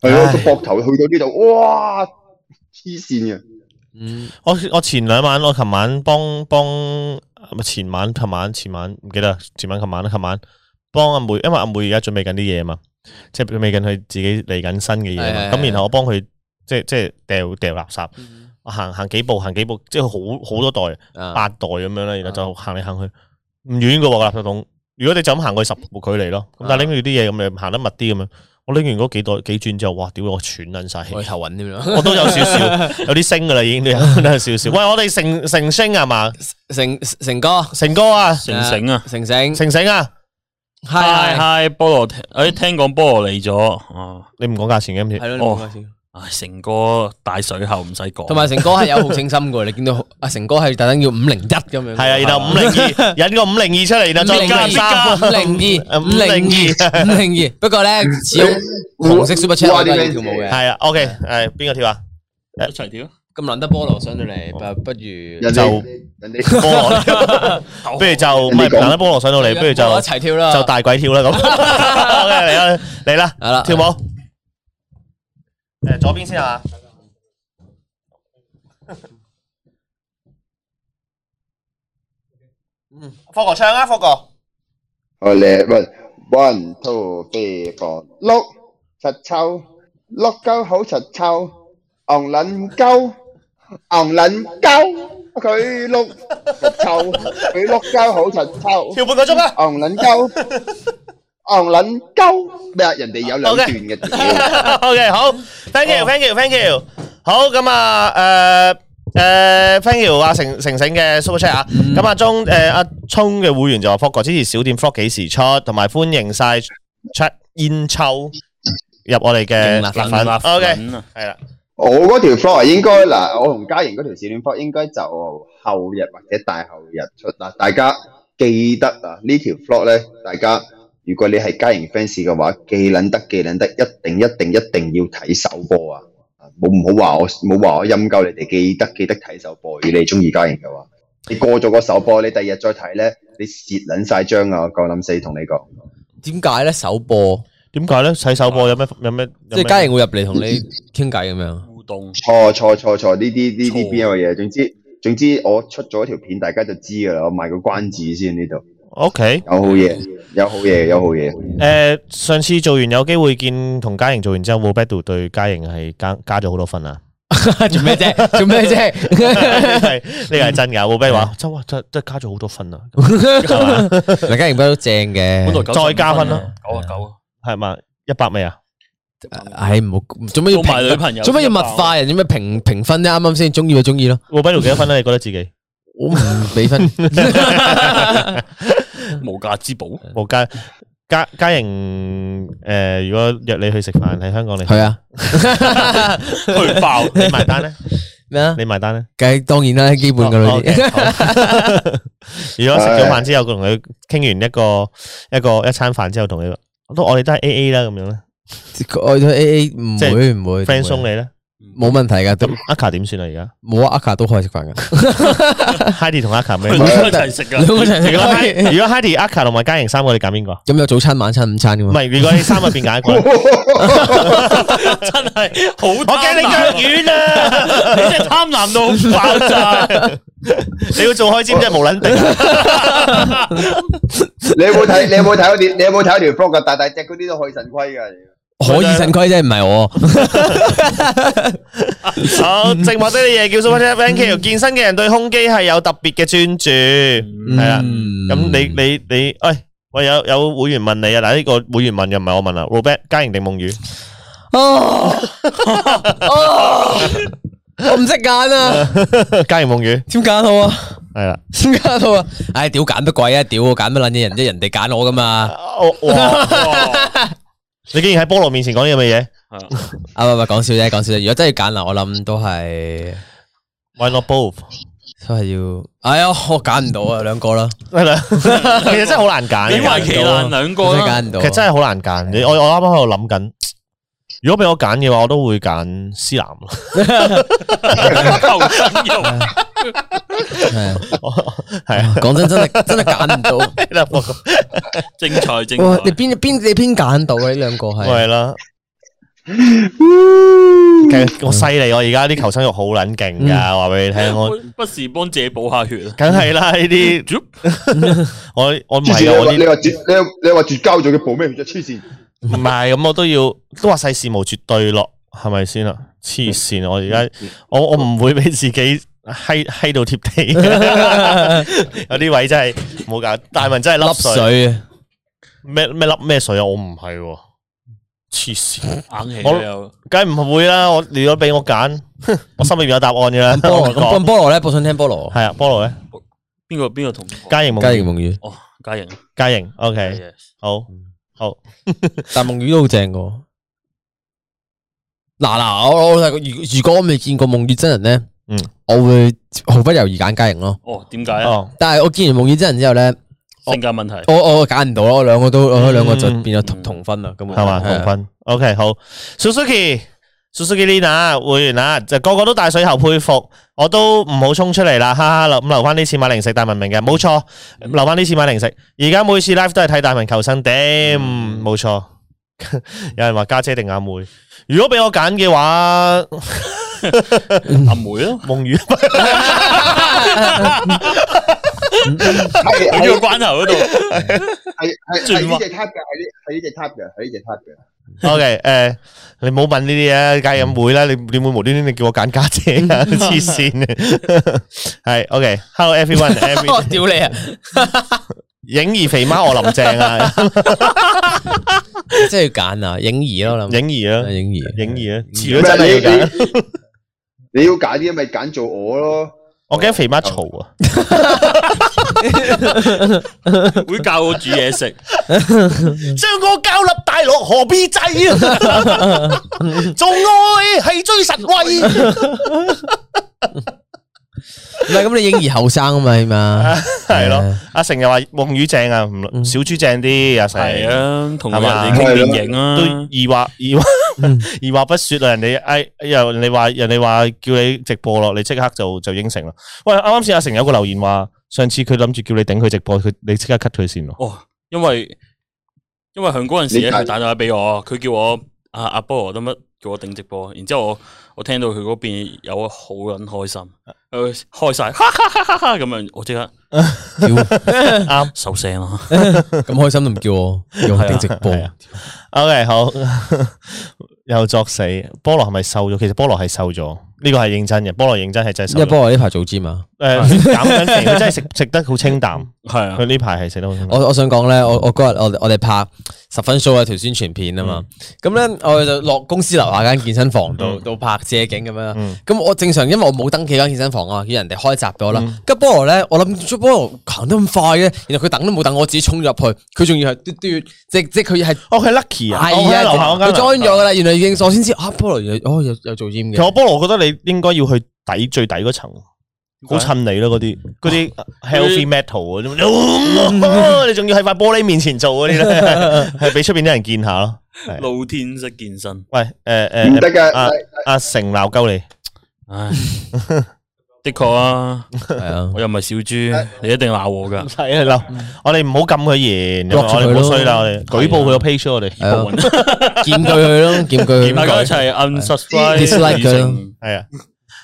Speaker 5: 係咯，
Speaker 3: 唉
Speaker 5: 個膊頭去到呢度，哇！黐線嘅，
Speaker 2: 嗯，
Speaker 3: 我我前兩晚我琴晚幫幫咪前晚琴晚前晚唔記得啦，前晚琴晚琴晚幫阿妹，因為阿妹而家準備緊啲嘢嘛，即係準備緊佢自己嚟緊新嘅嘢
Speaker 2: 係係
Speaker 3: 嘛。
Speaker 2: 係
Speaker 3: 咁然後我幫佢即係即係掉掉垃圾。行行幾步，行幾步，即係好好多袋，
Speaker 2: 啊，
Speaker 3: 八袋咁樣啦，然後就行嚟行去，唔遠噶喎個垃圾桶。如果你就咁行過去十步距離咯，咁但係拎住啲嘢咁，你行得密啲咁樣。我拎完嗰幾袋幾轉之後，哇！屌我喘撚晒氣
Speaker 2: 我，頭晕添啦，
Speaker 3: 我都有少少有啲升噶啦，已經都 有都有少少。喂，我哋成成升係嘛？
Speaker 2: 成成哥，
Speaker 3: 成哥啊，
Speaker 1: 成成啊！
Speaker 2: 成成，
Speaker 3: 成成啊，
Speaker 1: 嗨
Speaker 2: 系
Speaker 1: 嗨，菠萝，诶，听讲菠萝嚟咗，哦，
Speaker 3: 你唔講價錢嘅咁
Speaker 2: 系
Speaker 3: 似，
Speaker 2: 咯，你
Speaker 1: 哦
Speaker 2: 講下先
Speaker 1: 唉，成哥大水喉唔使讲，
Speaker 2: 同埋成哥係有好勝心噶，你見到阿成哥係特登要五零一咁樣，
Speaker 3: 係啊，然後五零 二引個五零二出嚟，然後再加三
Speaker 2: 五零二、五零二、五零二。不過咧，始終紅色 super chat 我都係要跳舞嘅。
Speaker 3: 係啊，OK，係邊個跳 啊？
Speaker 1: 一齐跳，
Speaker 2: 咁難得菠蘿上到嚟，
Speaker 3: 哦
Speaker 2: 不不如
Speaker 5: 人
Speaker 3: 就
Speaker 5: 哋人哋
Speaker 3: 菠蘿，不如就唔係難得菠蘿上到嚟，不如
Speaker 2: 我
Speaker 3: 就
Speaker 2: 一齊跳啦。
Speaker 3: 就大鬼跳啦 咁。OK，嚟啦嚟啦，
Speaker 2: 係啦
Speaker 3: 跳舞。誒，左邊先啊！嗯，霍哥唱啊，霍哥。
Speaker 5: 我嚟喂，one two three four，碌柒臭，碌鳩好柒臭，昂撚鳩，昂撚鳩，佢碌柒臭，佢碌鳩好柒臭。
Speaker 3: 跳半個鐘啦。
Speaker 5: 昂撚鳩，昂撚鳩咩啊？人哋有兩段嘅，屌
Speaker 3: OK，好，thank you，thank you，thank you。好，咁啊，誒誒，thank ờ, you à, 阿成成成嘅 super chat 啊。咁阿鐘誒阿聰嘅會員就話 Fog 哥支持小店 Fog 幾時出，同埋歡迎晒 check 煙抽入我哋
Speaker 2: 勁
Speaker 3: 嘅
Speaker 2: 辣
Speaker 3: 辣
Speaker 2: 粉
Speaker 3: 粉。OK，
Speaker 1: 粉啊，
Speaker 3: 係啦，
Speaker 5: 我嗰條 floor 應該嗱，我同嘉瑩嗰條小戀 floor 應該就後日或者大後日出啦。大家記得啊，呢條 floor 咧，大家如果你係嘉瑩 fans 嘅話，記撚得記撚得，一定一定一定要睇首播啊！冇唔好話我冇話我陰鳩你哋，記得記得睇首播。如果你中意嘉瑩嘅話，你過咗個首播，你第二日再睇咧，你蝕撚晒張啊！我夠諗死同你講。
Speaker 2: 點解咧首播，
Speaker 3: 點解咧？洗手波有咩有咩？
Speaker 2: 即係嘉瑩會入嚟同你傾偈咁樣？
Speaker 1: 互动，
Speaker 5: 錯錯錯錯，呢啲呢
Speaker 1: 錯
Speaker 5: 啲邊有嘢？總之總之，我出咗條片，大家就知㗎啦。我賣個關子先呢度，
Speaker 3: OK，Ờ,
Speaker 5: 有好嘢，有好嘢，有好嘢。
Speaker 3: 誒上次做完有機會見同嘉瑩做完之後，Will Battle 對嘉瑩係加加咗好多分啊！
Speaker 2: 做咩啫？做咩 啫？
Speaker 3: 係呢個係真㗎，Will Battle 話真哇真真加咗好多分啊！
Speaker 2: 嗱，嘉瑩不嬲都正
Speaker 1: 本
Speaker 2: 嘅，
Speaker 1: 來95
Speaker 3: 再加分啦
Speaker 1: 九啊九啊，
Speaker 3: 系嘛？一百未啊？
Speaker 2: 唉，唔好做咩要
Speaker 1: 做埋女
Speaker 2: 評
Speaker 1: 朋友
Speaker 2: 做咩要物化人？做咩評評分咧？啱啱先中意就中意咯，
Speaker 3: 我俾到幾多分咧？你覺得自己
Speaker 2: 我唔俾 分。
Speaker 1: 无价之宝，
Speaker 3: 冇家家家盈呃诶，如果約你去食飯喺香港，你
Speaker 2: 係啊，
Speaker 1: 去爆，
Speaker 3: 你埋單咧？
Speaker 2: 咩啊？
Speaker 3: 你埋單咧？
Speaker 2: 梗係當然啦，基本噶啦
Speaker 3: 哦
Speaker 2: 呢啲。
Speaker 3: ，OK，好 如果食咗飯之後，同佢傾完一個一個一餐飯之後，同佢都我哋都係 A A 啦，咁樣咧
Speaker 2: 我咗 A A 唔
Speaker 3: 哦即係
Speaker 2: 會唔會
Speaker 3: ，friend 送
Speaker 2: 唔
Speaker 3: 你
Speaker 2: 會
Speaker 3: 咧，
Speaker 2: 冇問題噶，都
Speaker 3: 咁阿卡點算啊？而家
Speaker 2: 冇啊阿卡都可以食 飯噶，
Speaker 3: Heidi 同阿卡 咩？
Speaker 1: 兩
Speaker 3: 如果
Speaker 1: 個一齊食噶，
Speaker 2: 兩個人食可以
Speaker 3: Heidi、阿卡同埋嘉盈三個，你揀邊 個？啊
Speaker 2: 咁有早餐、晚餐、午餐噶
Speaker 3: 唔
Speaker 2: 嘛？
Speaker 3: 係，如果你三個入邊揀一個咧，
Speaker 1: 真係好，我
Speaker 3: 我驚你腳軟啊！
Speaker 1: 你真係貪婪到爆炸，
Speaker 3: 你要做開尖真係無撚定。
Speaker 5: 你有冇 睇？你有冇睇嗰條？你有冇睇嗰條 blog 噶？大大隻嗰啲都可以神龜㗎。
Speaker 2: 可以腎虧啫，唔係我。
Speaker 3: 好，寂寞的嘢叫 Super Chat Thank you。健身嘅人對胸肌係有特別嘅專注，
Speaker 2: 嗯
Speaker 3: 係啦。咁你你你，喂喂，有有會員問你啊，嗱呢個會員問嘅唔係我問啊，Robert 嘉瑩定夢雨？
Speaker 2: 哦哦，我唔識揀啊，
Speaker 3: 嘉瑩夢雨
Speaker 2: 點揀好啊？
Speaker 3: 係啦。
Speaker 2: 點揀好啊？唉，屌揀乜鬼啊？屌我揀乜撚嘢人啫？人哋揀我噶嘛？
Speaker 3: 你竟然喺菠蘿面前講呢咁嘅嘢
Speaker 2: 啊唔係唔係講笑啫，講笑啫。如果真係要揀嗱，我諗都係
Speaker 3: ，Why not both？
Speaker 2: 都係要。哎呀，我揀唔到啊，兩個啦，
Speaker 3: 係啦，其實真係好難揀
Speaker 1: 你話
Speaker 3: 嘅，
Speaker 1: 其難兩個
Speaker 2: 真係
Speaker 1: 啦，
Speaker 2: 揀唔到啊。
Speaker 3: 其實真係好難揀。你我我啱啱喺度諗緊，如果俾我揀嘅話，我都會揀思南。
Speaker 1: 求 生欲，
Speaker 2: 係啊
Speaker 3: 係啊，
Speaker 2: 講真，真 係真係揀唔到。
Speaker 1: 精彩精
Speaker 2: 哇！你
Speaker 1: 彩，
Speaker 2: 邊邊你邊揀到啊？呢兩個係
Speaker 3: 係啦。其實我犀利，我而家啲求生欲好撚勁噶，話俾你聽，我
Speaker 1: 我不時幫自己補下血啊，
Speaker 3: 梗係啦呢啲， 我我唔
Speaker 5: 之前
Speaker 3: 係啊
Speaker 5: 你
Speaker 3: 我
Speaker 5: 話你
Speaker 3: 啲
Speaker 5: 話絕 你話你話絕交咗嘅部咩？佢就黐線。
Speaker 3: 唔係咁，我都要都話世事無絕對咯，系咪先啊？黐线！我而家我我唔会俾自己閪閪到贴地， 有啲位真系冇搞。大文真系
Speaker 2: 粒
Speaker 3: 粒水，
Speaker 2: 水啊！
Speaker 3: 咩咩粒咩水啊？我唔系，黐线，
Speaker 1: 硬气
Speaker 3: 我
Speaker 1: 都有
Speaker 3: 梗唔会啦！我如果俾我拣，哼 我心入面有答案嘅啦。
Speaker 2: 菠萝咁咁菠萝咧，我想听菠萝
Speaker 3: 系。啊，菠萝咧，
Speaker 1: 边个边个同
Speaker 3: 嘉盈
Speaker 2: 嘉
Speaker 3: 夢
Speaker 2: 盈梦鱼，
Speaker 1: 哦嘉盈
Speaker 3: 嘉盈，OK，
Speaker 1: ，yes
Speaker 3: 好好。
Speaker 2: 但梦鱼都好正噶。嗱嗱，我我老實講如如果我未见过梦鱼真人咧，
Speaker 3: 嗯，
Speaker 2: 我会毫不犹豫拣嘉盈咯。
Speaker 1: 哦点解啊？
Speaker 3: 哦，
Speaker 2: 但系我见完梦鱼真人之后咧，
Speaker 1: 性格问题
Speaker 2: 我我拣唔到咯，我两个都我两个就
Speaker 3: 嗯
Speaker 2: 变咗同同分啦，咁啊
Speaker 3: 系嘛，同分。OK，好，Suzuki。Suzuki Lina 會員啊，就個個都大水喉佩服，我都唔好衝出嚟啦，哈哈，留咁留翻啲錢買零食大文明嘅，冇錯，留翻啲錢買零食。而家每次 live 都係睇大文求生，頂，冇錯。 有人話家姐定阿妹，如果俾我揀嘅話，
Speaker 1: 阿妹啊咯，
Speaker 3: 夢雨
Speaker 5: 係
Speaker 1: 喺呢个关头 嗰度
Speaker 5: 係係係呢只 type 嘅，係呢係呢只 type 嘅，係呢只 type 嘅。
Speaker 3: ，OK，誒，ờ, 你冇問呢啲啊，梗係阿妹啦，你你會無端端你叫我揀家姐啊，黐 線嘅，係 OK，Hello everyone，every。
Speaker 2: 我屌你啊！
Speaker 3: 影兒肥媽我林鄭啊，
Speaker 2: 即系要拣啊，影儿咯，我諗
Speaker 3: 影兒啊，
Speaker 2: 影兒
Speaker 3: 影兒啊，
Speaker 5: 如
Speaker 3: 如果真係要揀，
Speaker 5: 你要揀啲咪揀做我咯，
Speaker 3: 我驚肥媽嘈啊，
Speaker 1: 会教我煮嘢食，
Speaker 3: 將我交立大落何必制啊？做愛係最實惠，
Speaker 2: 唔系咁你影兒後生啊嘛，起碼啊
Speaker 3: 係
Speaker 2: À.
Speaker 3: 咯。阿成又話夢魚正啊，唔小豬正啲，阿成
Speaker 1: 系啊，同
Speaker 3: 係嘛
Speaker 1: 人哋倾电影啊
Speaker 3: 都，二話二話
Speaker 2: 嗯
Speaker 3: 二話不說啊！人哋哎又人哋話人哋話叫你直播咯，你即刻就就應承啦。喂，啱啱先阿成有個留言話，上次佢諗住叫你頂佢直播，佢你即刻 cut 佢線咯。
Speaker 1: 哦，因为因为佢嗰阵时咧，
Speaker 5: 你
Speaker 1: 佢打电话俾我，佢叫我阿阿菠萝得乜叫我顶直播，然之后我我听到佢嗰边有好捻开心，
Speaker 3: 啊
Speaker 1: 佢开晒哈哈哈哈哈咁样，我即刻
Speaker 2: 屌
Speaker 1: 收声啦。
Speaker 2: 咁開心都唔叫我，叫我聽直播。
Speaker 3: 係啊 OK，好， 又作死。菠萝系咪瘦咗？其实菠萝系瘦咗，呢个系认真嘅。菠萝认真系真系
Speaker 2: 因為
Speaker 3: 瘦
Speaker 2: 不
Speaker 3: 咗。
Speaker 2: 過我呢排做 gym 啊，
Speaker 3: 诶，减紧肥，佢真系食食得好清淡。
Speaker 1: 系啊
Speaker 3: 佢，呢排系食得好清淡。
Speaker 2: 我我想講咧，我我嗰日我我哋拍十分 show 一條宣傳片啊
Speaker 3: 嗯
Speaker 2: 嘛，咁咧我就落公司樓下間健身房度度拍借景咁樣。
Speaker 3: 嗯
Speaker 2: 咁我正常因為我冇登記間健身房啊，叫人哋開閘俾我啦。
Speaker 3: 嗯
Speaker 2: 跟住菠蘿咧，我諗出菠蘿行得咁快嘅，然後佢等都冇等，我自己衝咗入去，佢仲要係嘟嘟，即即佢係。
Speaker 3: 哦，佢 lucky 啊，我
Speaker 2: 系
Speaker 3: 喺
Speaker 2: 啊，
Speaker 3: 樓下嗰
Speaker 2: 佢
Speaker 3: 間
Speaker 2: join 咗噶啦，原來已經我先知啊，菠蘿原來哦有有做 gym
Speaker 3: 其实
Speaker 2: 嘅，
Speaker 3: 我菠萝覺得你應該要去底最底嗰層，好襯你咯嗰啲嗰啲 healthy metal 嗰 啲，你仲要喺塊玻璃面前做嗰啲咧，係俾出边啲人見下咯。係
Speaker 1: 露天式健身，
Speaker 3: 喂，诶诶
Speaker 5: 唔，得㗎
Speaker 3: 阿阿成鬧鳩你，
Speaker 1: 唉，的确啊，
Speaker 2: 係啊，
Speaker 1: 我又唔系小猪，你一定闹我噶。
Speaker 3: 系啊，鬧我哋唔好撳佢言，我
Speaker 2: 落咗佢
Speaker 3: 哋
Speaker 2: 咯
Speaker 3: 好衰啦，我哋舉報佢個 page 咯我哋。
Speaker 2: 係啊檢舉佢咯，檢舉
Speaker 1: 大
Speaker 2: 佢。
Speaker 1: 家一齐 unsubscribe
Speaker 2: Dislike 佢咯
Speaker 1: 嗯
Speaker 3: 係啊，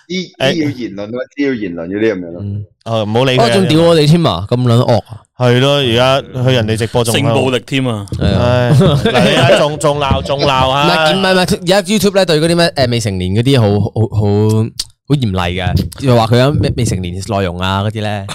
Speaker 5: 啲啲要言論咯，啲要言論要呢咁樣咯。
Speaker 2: 嗯
Speaker 3: 哦唔好理
Speaker 2: 哦，仲
Speaker 3: 佢
Speaker 2: 屌
Speaker 3: 啊。
Speaker 2: 我哋添啊，咁撚惡啊！
Speaker 3: 係咯，而家去人哋直播仲
Speaker 1: 性暴力添啊！
Speaker 2: 係啊
Speaker 3: 唉，嗱你啊仲仲鬧仲鬧
Speaker 2: 唔係唔
Speaker 3: 啊！
Speaker 2: 係唔係，而家 YouTube 咧對嗰啲咩誒未成年嗰啲好好好好嚴厲嘅，又話佢有咩未成年內容啊嗰啲 咧，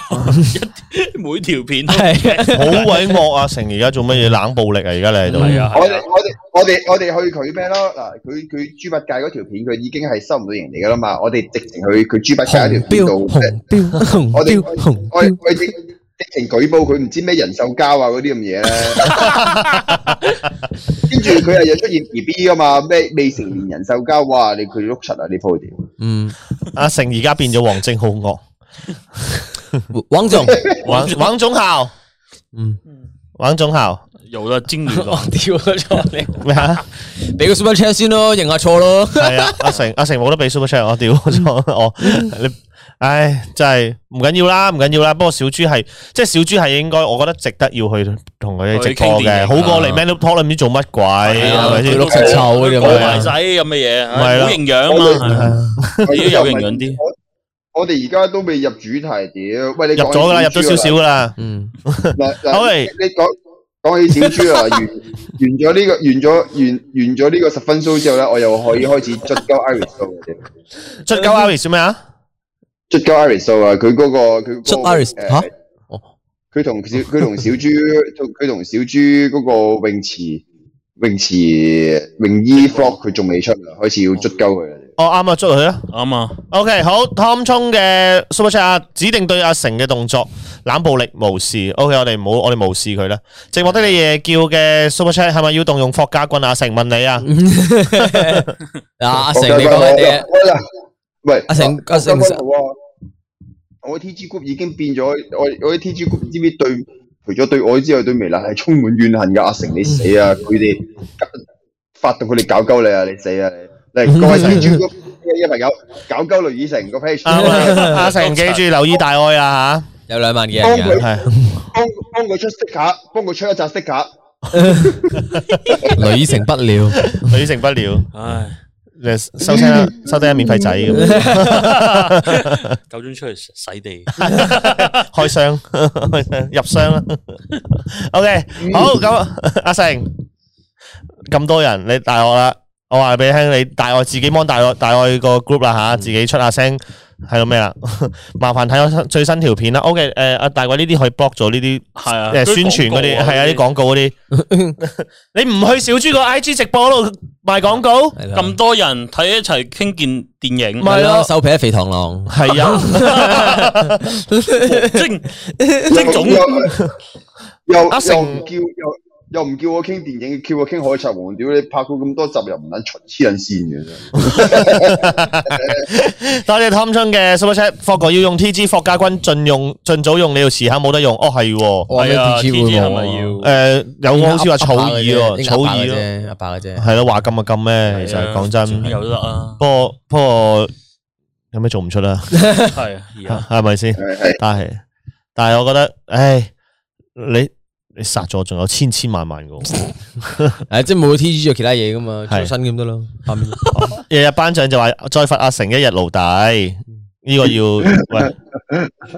Speaker 1: 每条片都
Speaker 2: 係
Speaker 3: 好鬼惡啊！成而家做乜嘢冷暴力啊？而家你喺度。
Speaker 1: 係啊
Speaker 5: 我哋我哋我哋我哋去佢咩咯？嗱，佢佢豬八戒嗰條片，佢已經係收唔到營嚟噶啦嘛。我哋直情去佢豬八戒嗰
Speaker 2: 紅
Speaker 5: 條片
Speaker 2: 標
Speaker 5: 度，
Speaker 2: 紅標紅
Speaker 5: 我哋
Speaker 2: 標紅
Speaker 5: 我哋
Speaker 2: 標，
Speaker 5: 我哋直直情舉報佢唔知咩人獸交啊嗰啲咁嘢咧。跟住佢又有出現 B B 噶嘛？咩未成年人獸交？哇！你佢碌柒啊！呢鋪屌！
Speaker 2: 嗯，
Speaker 3: 阿成而家變咗王正浩惡，
Speaker 2: 王總，
Speaker 3: 王王總校，
Speaker 2: 嗯，
Speaker 3: 王總校
Speaker 1: 有啦，精聯
Speaker 2: 我
Speaker 1: 絡
Speaker 2: 屌咗你，
Speaker 3: 咩啊？
Speaker 2: 俾個 super chat 先咯，認下錯咯，
Speaker 3: 係啊，阿成阿成冇得俾 super chat，我屌我錯我你。唉，真係唔緊要啦，唔緊要啦。不過小豬係，即係小豬係應該，我覺得值得要去同佢直播
Speaker 1: 去傾電
Speaker 3: 嘅，
Speaker 1: 影
Speaker 3: 好過嚟 man talk 唔知做乜鬼，係咪
Speaker 2: 佢
Speaker 3: 先？
Speaker 2: 碌柒臭嗰啲
Speaker 1: 講
Speaker 2: 咁
Speaker 1: 埋
Speaker 2: 樣
Speaker 1: 仔咁嘅嘢，
Speaker 3: 咪係咯
Speaker 1: 冇營養啊嘛，你都有營養啲。
Speaker 5: 我哋而家都未入主題，屌！喂，你
Speaker 3: 入咗㗎啦，入咗少少。㗎啦。
Speaker 5: 啊
Speaker 2: 嗯，
Speaker 5: 嗱嗱，
Speaker 3: 好嚟
Speaker 5: 你講講起 小豬啊，完完咗呢個完咗完完咗呢個十分 show 之後咧，我又可以開始捽鳩 Iris show 嘅，
Speaker 3: 出鳩 Iris 做咩啊？
Speaker 5: 捽鳩 Iris show 啊！佢嗰個佢
Speaker 2: 捽 Iris，
Speaker 5: 誒
Speaker 2: 吓哦
Speaker 5: 佢同小佢同小豬 佢同小豬嗰個泳池泳池泳衣 flog 佢仲未出啊，開始要捽鳩佢啦。
Speaker 3: 哦，啱啊，出佢啦。
Speaker 1: 啱啊，
Speaker 3: OK，好，Tom 冲嘅 Super Chat 指定對阿成嘅動作冷暴力無視。OK，我哋唔好，我哋無視佢啦。寂寞的你夜叫嘅 Super Chat 係咪要動用霍家軍啊？阿成問你啊，
Speaker 2: 啊，阿
Speaker 5: 我
Speaker 2: 成你講緊啲嘢，
Speaker 5: 我我喂，
Speaker 2: 阿成阿成
Speaker 5: 我覺得好啊我 T G group 已經變咗，我我 T G group 知唔知對除咗對我之外，對微辣係充滿怨恨噶。阿成你死啊！佢哋發動佢哋搞鳩你啊！你死啊！你嚟各位 T G group 嘅朋友，搞鳩雷以成個 page，
Speaker 3: 啱啊，阿成記住留意大愛啊
Speaker 2: 有兩萬幾
Speaker 5: 幫
Speaker 2: 人
Speaker 5: 佢
Speaker 2: 㗎，
Speaker 3: 吓，
Speaker 5: 幫幫佢出 sticker，幫佢出一扎 sticker。
Speaker 2: 女成不 了，
Speaker 3: 係女成不了，
Speaker 1: 唉，
Speaker 3: 你收聽啊收聽啊免費仔咁樣，
Speaker 1: 九樽出 嚟洗地，
Speaker 3: 開 箱開箱入箱啦。OK，好咁，阿成咁多人，你大愛啦。我話俾你聽，你大愛自己 mon 大愛大愛個 group 啦吓，自己出下聲係到咩 啦？麻煩睇我新最新條片啦。OK，诶、ờ, à, 阿大衛呢啲可以 block 咗呢啲
Speaker 1: 係啊
Speaker 3: 诶宣傳嗰啲，係啊啲廣告嗰啲。你唔去小豬個 IG 直播嗰度賣廣告，
Speaker 2: 係啦
Speaker 1: 咁多人睇一齊傾件電影，
Speaker 3: 咪
Speaker 2: 係
Speaker 3: 係
Speaker 2: 咯，
Speaker 3: 咯
Speaker 2: 收皮肥螳螂，
Speaker 3: 係啊，
Speaker 1: 精精總
Speaker 5: 又又
Speaker 3: 阿成
Speaker 5: 又唔叫又又唔叫我傾電影，叫我傾海賊王。屌你拍過咁多集又唔撚出黐撚線嘅啫。
Speaker 3: 多謝 Tom 春嘅 super chat，霍哥要用 TG 霍家軍盡用盡早用，你要遲下冇得用。哦，係喎。
Speaker 2: 我
Speaker 1: 係啊
Speaker 2: 咩
Speaker 1: TG 係咪
Speaker 2: 喎
Speaker 1: 要？
Speaker 3: 诶、有我好似話草耳喎，草耳咯，
Speaker 2: 啫，阿爸嘅啫，
Speaker 3: 係咯，話咁就咁咩，其實
Speaker 1: 係啊
Speaker 3: 講真，
Speaker 1: 有得 啊，
Speaker 3: 不過不過有咩做唔出 啊？
Speaker 1: 係啊而家
Speaker 3: 係咪先？
Speaker 5: 係係
Speaker 3: 但係但係我覺得，唉，你你殺咗仲有千千萬 萬個，
Speaker 2: 诶，即系冇 T G 做其他嘢噶嘛，做
Speaker 3: 係
Speaker 2: 新咁得咯，下 面
Speaker 3: 日日頒獎就話再罰阿成一日奴隸，呢、個 要喂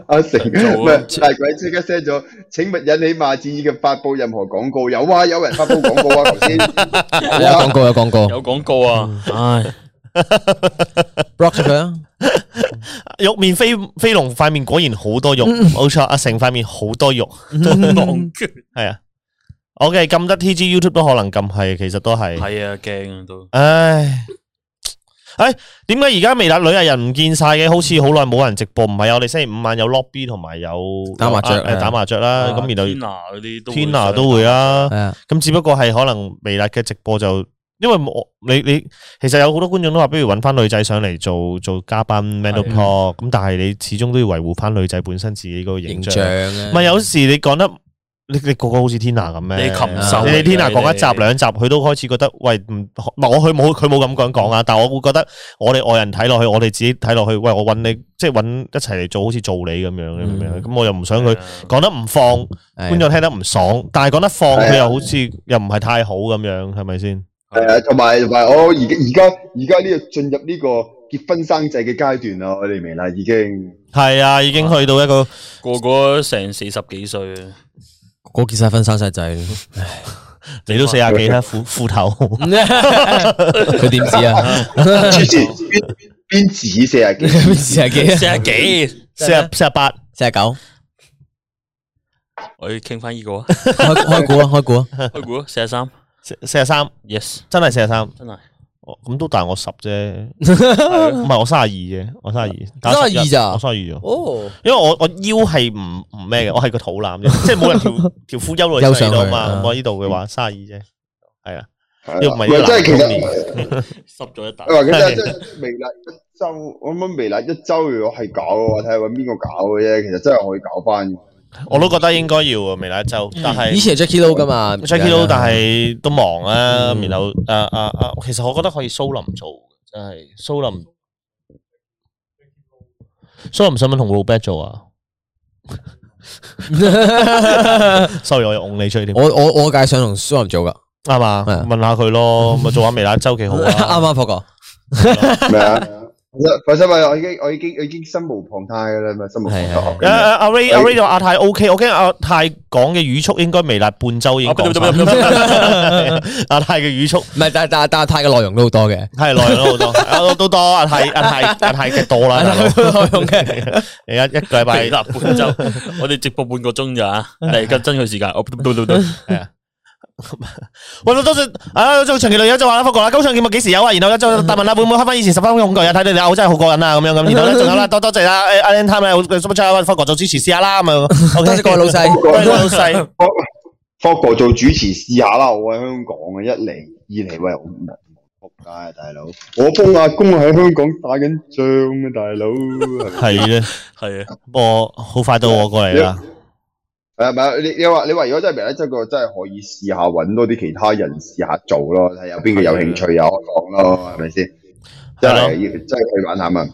Speaker 5: 阿成，唔
Speaker 1: 做啊
Speaker 5: 係大鬼即刻 send 咗，請勿引起罵戰嘅發布任何廣告。有啊，有人發布廣告啊，頭先
Speaker 2: 有
Speaker 3: 啊
Speaker 2: 廣告有廣告
Speaker 1: 有廣告啊， 唉，
Speaker 2: ，block 咗佢啊，
Speaker 3: 肉面飛飛龍塊面果然好多肉，冇錯，阿成塊面好多肉，
Speaker 1: 狼捐
Speaker 3: 係啊。OK，撳得 TG YouTube 都可能撳係，其實都係。
Speaker 1: 係啊，驚啊都，
Speaker 3: 唉，唉，点解而家微辣女艺人唔见晒嘅？好似好耐冇人直播，唔系啊？我哋星期五晚有 lobby 同埋有
Speaker 2: 打麻雀
Speaker 3: 啊誒
Speaker 2: 係
Speaker 3: 打麻雀啦。咁
Speaker 1: 天
Speaker 3: 然後
Speaker 1: 拿嗰啲都會
Speaker 3: 天娜都會啦
Speaker 2: 係。啊，
Speaker 3: 咁只不過係可能微辣嘅直播就，因為我你你其實有好多觀眾都話，不如揾翻女仔上嚟做做嘉賓 m e d a l talk。咁但係你始終都要維護翻女仔本身自己嗰個
Speaker 2: 形
Speaker 3: 形
Speaker 2: 象
Speaker 3: 象。
Speaker 2: 啊，
Speaker 3: 唔係有時你講得。你你個個好似天娜咁咩？
Speaker 1: 你禽獸
Speaker 3: 你
Speaker 1: 嚟嘅
Speaker 3: 天娜講一集
Speaker 1: 你
Speaker 3: 兩集，佢都開始覺得喂唔，唔係我佢冇佢冇咁講講啊，但我會覺得我哋外人睇落去，我哋自己睇落去，喂我揾你即係揾一齊嚟做，好似做你咁樣咁樣，
Speaker 2: 嗯
Speaker 3: 咁我又唔想佢
Speaker 1: 係啊
Speaker 3: 講得唔放，
Speaker 2: 係啊
Speaker 3: 觀眾聽得唔爽，但係講得放
Speaker 5: 係啊
Speaker 3: 佢又好似又唔係太好咁樣，係咪先？
Speaker 5: 係啊，同埋同埋我而家而家而家呢個進入呢個結婚生仔嘅階段啦，我哋未啦已經。
Speaker 3: 係啊，已經去到一個
Speaker 1: 個個成四十幾歲啊，
Speaker 2: 嗰結晒婚生晒仔，
Speaker 3: 你都四廿幾啦，褲褲頭。
Speaker 2: 佢點知啊？
Speaker 5: 黐線邊邊止四啊幾？
Speaker 2: 四十幾啊，
Speaker 1: 四十幾，
Speaker 3: 四十四十八，
Speaker 2: 四十九，
Speaker 1: 我要傾翻呢個啊，
Speaker 2: 開開估啊，開估啊，
Speaker 1: 開估啊四十三
Speaker 3: 四四十三，
Speaker 1: ，yes，
Speaker 3: 真係四十三。
Speaker 1: 真係
Speaker 3: 哦咁都大我十啫，
Speaker 2: 嗯
Speaker 3: 唔係我三廿二啫，我三廿二，
Speaker 2: 32
Speaker 3: 但係
Speaker 2: 咋
Speaker 3: 我三廿二咗，
Speaker 2: 哦，
Speaker 3: 因為我我腰係唔唔咩嘅，我係個肚腩啫， 即係冇人 條條褲休落嚟
Speaker 2: 休嗯上
Speaker 3: 上嚟到
Speaker 2: 去
Speaker 3: 嘛，
Speaker 2: 啊
Speaker 3: 咁我呢度嘅話三廿二啫，係啊，
Speaker 5: 係啊
Speaker 3: 又唔係
Speaker 5: 喂
Speaker 3: 啲
Speaker 5: 真係其
Speaker 3: 男中
Speaker 5: 實。
Speaker 1: 濕咗一啖
Speaker 5: 我，話佢真係真係微辣一周，我諗微辣一周如果係搞嘅話，睇下搵邊個搞嘅啫。其實真係可以搞翻。
Speaker 3: 我都覺得應該要喎，未來一周，但
Speaker 2: 嗯以
Speaker 3: 係
Speaker 2: 前係 Jackie Lou 噶嘛
Speaker 3: Jackie 都但係都忙啦，
Speaker 2: 嗯
Speaker 3: 然後啊啊啊，其實我覺得可以蘇林做嘅，真係蘇林，蘇林想唔想同 Robert 做啊 ？sorry，我又㧬你出去添。
Speaker 2: 我我我介想同蘇林做噶，
Speaker 3: 啱嘛？
Speaker 2: 係啊 Ờ,
Speaker 3: 問下佢咯，咪做下微辣周期好
Speaker 2: 啱
Speaker 3: 啊！
Speaker 2: 啱發覺
Speaker 5: 咩啊？放心啊，我已經我已經我已經心無旁貸噶啦，咪心無旁
Speaker 3: 诶
Speaker 5: 貸。
Speaker 3: 阿 Ray 阿 Ray 就話阿泰 à, OK，我 ờ, 驚阿泰講嘅語速應該微辣半周
Speaker 1: Ờ,
Speaker 3: 已經講晒 阿泰嘅語速
Speaker 2: 唔系，但但但泰嘅內容都好多嘅，
Speaker 3: 係耐咗好多，啊都多阿泰阿泰阿泰嘅多啦，大佬
Speaker 2: 內容 嘅
Speaker 3: 而家一個禮
Speaker 1: 微
Speaker 3: 拜
Speaker 1: 辣半周，我哋直播半個鐘咋，嚟緊爭佢時間。我嘟嘟嘟嘟
Speaker 3: 喂，多謝啊！做長期女友就話啦，福哥啦，高唱節目幾時有啊？然後咧就大問啦，會唔會開翻以前十分恐懼啊？睇你哋嘔真係好過癮啊！咁樣咁，然後咧仲有啦，多多謝啦，誒 Alan Time 咧，我 super chat 福哥做主持試下啦咁樣。
Speaker 2: 多謝各位老細
Speaker 3: 各位老細，
Speaker 5: Fogg 做主持試下啦，我喺香港啊，一嚟二嚟喂，我唔仆街啊，大佬，我幫阿公喺香港打緊仗啊，大佬，係咪
Speaker 3: 係咧，
Speaker 1: 係啊，
Speaker 3: 我好快到我過嚟啦。
Speaker 5: 係啊，唔係你你話你話如果真係明咧，真個真係可以試下揾多啲其他人試下做咯，睇下有邊個有興趣有講咯，係咪先？真係
Speaker 3: 係咯
Speaker 5: 要真係去玩下嘛。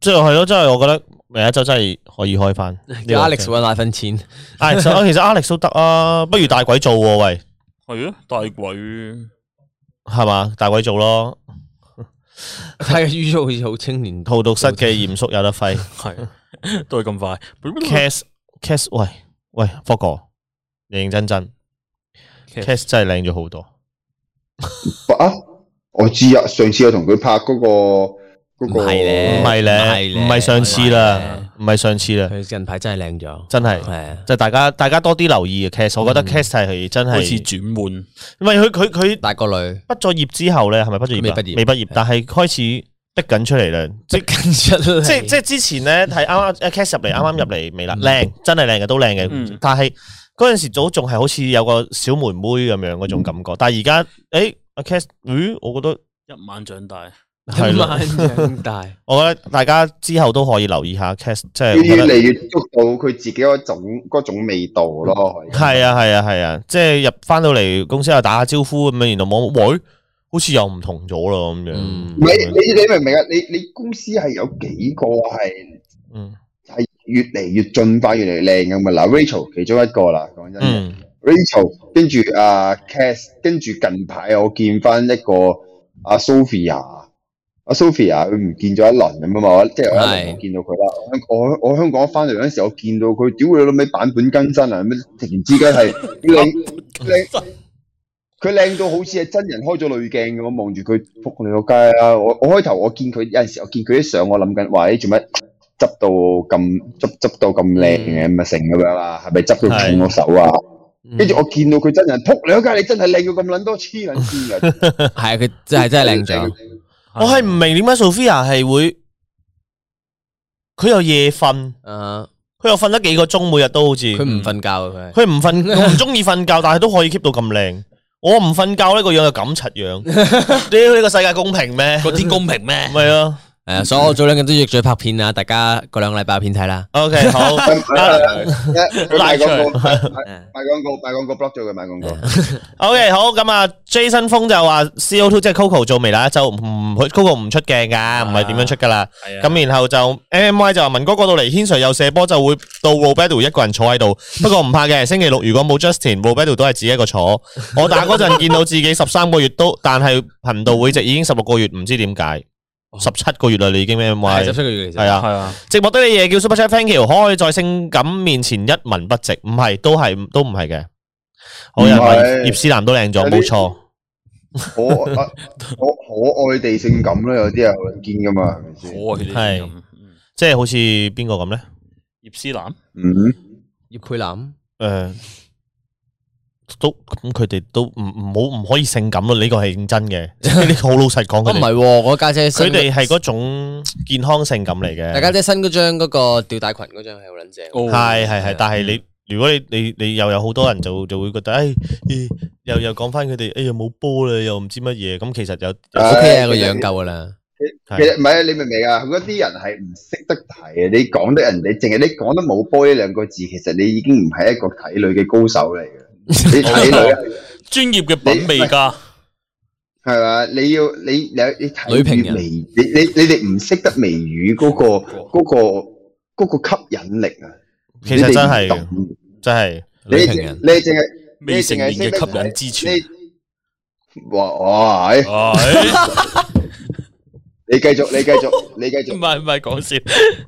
Speaker 3: 即係係咯，即係我覺得另一周真係可以開 翻。
Speaker 2: 叫 Alex 搵奶粉 錢，
Speaker 3: Alex，其實 Alex 都得啊，不如大鬼做喎，喂，
Speaker 1: 係啊，大鬼。
Speaker 3: 係嘛？大鬼做咯，
Speaker 2: 泰嘅語速好似好青年
Speaker 3: 套毒室嘅嚴肅有得 揮。
Speaker 1: 系都系咁快。
Speaker 3: Cass Cass，喂喂，福哥，認認真真
Speaker 1: Cass
Speaker 3: ，Cass 真係靚咗好多。
Speaker 5: 啊，我知啊，上次我同佢拍嗰、個嗰、個
Speaker 2: 唔係咧
Speaker 3: 唔係
Speaker 2: 唔係
Speaker 3: 咧，
Speaker 2: 咧
Speaker 3: 唔係上次啦，唔係上次啦，
Speaker 2: 佢近排真係靚咗，
Speaker 3: 真係嗯
Speaker 2: 係啊，
Speaker 3: 就大家大家多啲留意嘅 case，我覺得 case 係真
Speaker 1: 好似
Speaker 3: 係，
Speaker 1: 轉換，
Speaker 3: 唔係佢佢佢
Speaker 2: 大個女
Speaker 3: 畢咗業之後咧，係咪畢咗業啊？
Speaker 2: 未畢業
Speaker 3: 未畢業，但係開始逼緊出嚟啦，即
Speaker 2: 跟出嚟，
Speaker 3: 即即之前咧 睇啱啱 case 入嚟，啱啱入嚟
Speaker 2: 嗯
Speaker 3: 未啦，靚真係靚嘅，都靚嘅
Speaker 1: 嗯，
Speaker 3: 但係嗰陣時早仲係好似有個小妹妹咁樣嗰種感
Speaker 2: 嗯
Speaker 3: 覺，但係而家誒阿 case，咦，我覺得
Speaker 1: 一晚長大，
Speaker 3: 係
Speaker 2: 一
Speaker 3: 咯，
Speaker 2: 晚長大，
Speaker 3: 我覺得大家之後都可以留意下 case，即係
Speaker 5: 要
Speaker 3: 我覺
Speaker 5: 越
Speaker 3: 得
Speaker 5: 嚟越捉到佢自己嗰種嗰種味道咯。
Speaker 3: 系啊系啊系啊，即系入翻到嚟公司又打下招呼咁样，然後望喂，好似又唔同咗咯咁
Speaker 2: 嗯
Speaker 3: 樣。
Speaker 5: 唔係你你明唔明啊？你你公司係有幾個係
Speaker 3: 嗯
Speaker 5: 係越嚟越進化、越嚟越靚咁嘅嗱，Rachel 其中一個啦，講真嘅。
Speaker 3: 嗯
Speaker 5: Rachel，跟住啊 Cass，跟住近排啊我見翻一個阿 Sophia，阿 Sophia 佢唔見咗一輪咁啊嘛，我即係我一輪
Speaker 2: 係
Speaker 5: 冇見到佢啦。我香我我香港翻嚟嗰陣時，我見到佢，屌你老味版本更新啊！咩突然之間係靚靚，佢靚到好似係真人開咗濾鏡咁，啊我望住佢，仆你個街啦！我我開頭我見佢有陣時，我見佢啲相，我諗緊，哇！你做乜？執到咁執執到咁靚嘅咪成咁樣啦，係咪執到斷我手啊？跟住我見到佢真人，撲你嗰街，你真係靚到咁撚多黐撚 線
Speaker 2: 係
Speaker 5: 嘅，
Speaker 2: 啊，佢真係真係 靚咗，
Speaker 3: 我係唔明點解 Sophia 係會，佢又夜瞓，
Speaker 2: 啊，
Speaker 3: 佢又瞓得幾個鐘，每日都好似
Speaker 2: 佢唔瞓覺嘅佢係。
Speaker 3: 佢唔瞓，佢唔中意瞓覺，但係都可以 keep 到咁靚。我唔瞓覺呢個樣就咁柒樣，屌呢個世界公平咩？
Speaker 1: 個天公平咩？
Speaker 3: 咪啊
Speaker 2: 诶、所以我早兩日都約咗佢拍片啊，大家嗰兩個禮拜有片睇啦。
Speaker 3: ，OK 好，
Speaker 5: 賣廣告，賣廣 告，賣廣告 block 咗佢賣廣告。
Speaker 3: OK，好咁啊，Jason 峰就話 CO2 即係 Coco 做微辣一周，唔唔佢 Coco 唔出鏡㗎，唔係點樣出㗎啦。
Speaker 1: 係啊，
Speaker 3: 咁然後就 M Y 就話文哥過到嚟，軒 Sir 又射波就會到 Roberto 一個人坐 喺度，不過唔怕嘅。星期六如果冇 Justin，Roberto 都係自己一 個坐。我打嗰陣見到自己十三個月都，但係頻道會籍已經十六個月，唔知點解十七個月啦，你已經 M
Speaker 2: 哦係
Speaker 3: Y
Speaker 2: 十七個月其實
Speaker 3: 係啊。
Speaker 1: 係啊，
Speaker 3: 直播得你嘢叫 Super Chat Thank you，可以在性感面前一文不值，唔係都係都唔係嘅。好有人話
Speaker 5: 唔係
Speaker 3: 葉葉思南都靚咗，冇錯。
Speaker 5: 可啊可可愛地性感啦，有啲人好撚堅噶嘛，係咪
Speaker 1: 可
Speaker 5: 先？
Speaker 1: 愛啲
Speaker 3: 係
Speaker 1: 咁。嗯
Speaker 3: 即係好似邊個咁咧？
Speaker 1: 葉詩楠
Speaker 5: 嗯，
Speaker 2: 葉佩林
Speaker 3: 诶、呃都咁佢哋都唔唔好唔可以性感咯，呢個係認真嘅，即係呢個好老實講，
Speaker 2: 啊，
Speaker 3: 佢
Speaker 2: 唔
Speaker 3: 哋
Speaker 2: 係喎，我家姐新
Speaker 3: 佢哋係嗰種健康性感嚟嘅。
Speaker 2: 大家姐新嗰張嗰個吊帶裙嗰張係好撚正，
Speaker 1: 哦
Speaker 3: 係係
Speaker 2: 係啊
Speaker 3: 係，但係你如果你你你又有好多人就就會覺得，诶、咦又又講翻佢哋，哎呀冇波啦，又唔知乜嘢，咁其實有有
Speaker 5: 唉
Speaker 2: O K 啊個樣夠噶啦，
Speaker 5: 其實唔係你明唔明啊？嗰啲人係唔識得睇嘅，你講得人哋，淨係你講得冇波呢兩個字，其實你已經唔係一個睇女嘅高手嚟嘅。你睇女啊
Speaker 1: 專業嘅品味家，
Speaker 5: 係嘛？你要你你你睇
Speaker 2: 女評人
Speaker 5: 微，你你你哋唔識得微語嗰個嗰個嗰個吸引力啊！
Speaker 3: 其實真係
Speaker 5: 你哋唔懂
Speaker 3: 真係
Speaker 5: 你
Speaker 2: 女
Speaker 5: 淨
Speaker 2: 評人
Speaker 5: 你淨係
Speaker 1: 未成年嘅吸引之處。
Speaker 5: 你哇哇！唉
Speaker 1: 唉
Speaker 5: 你哎你繼續，你繼續，你繼
Speaker 1: 唔
Speaker 5: 續。
Speaker 1: 係唔係講笑，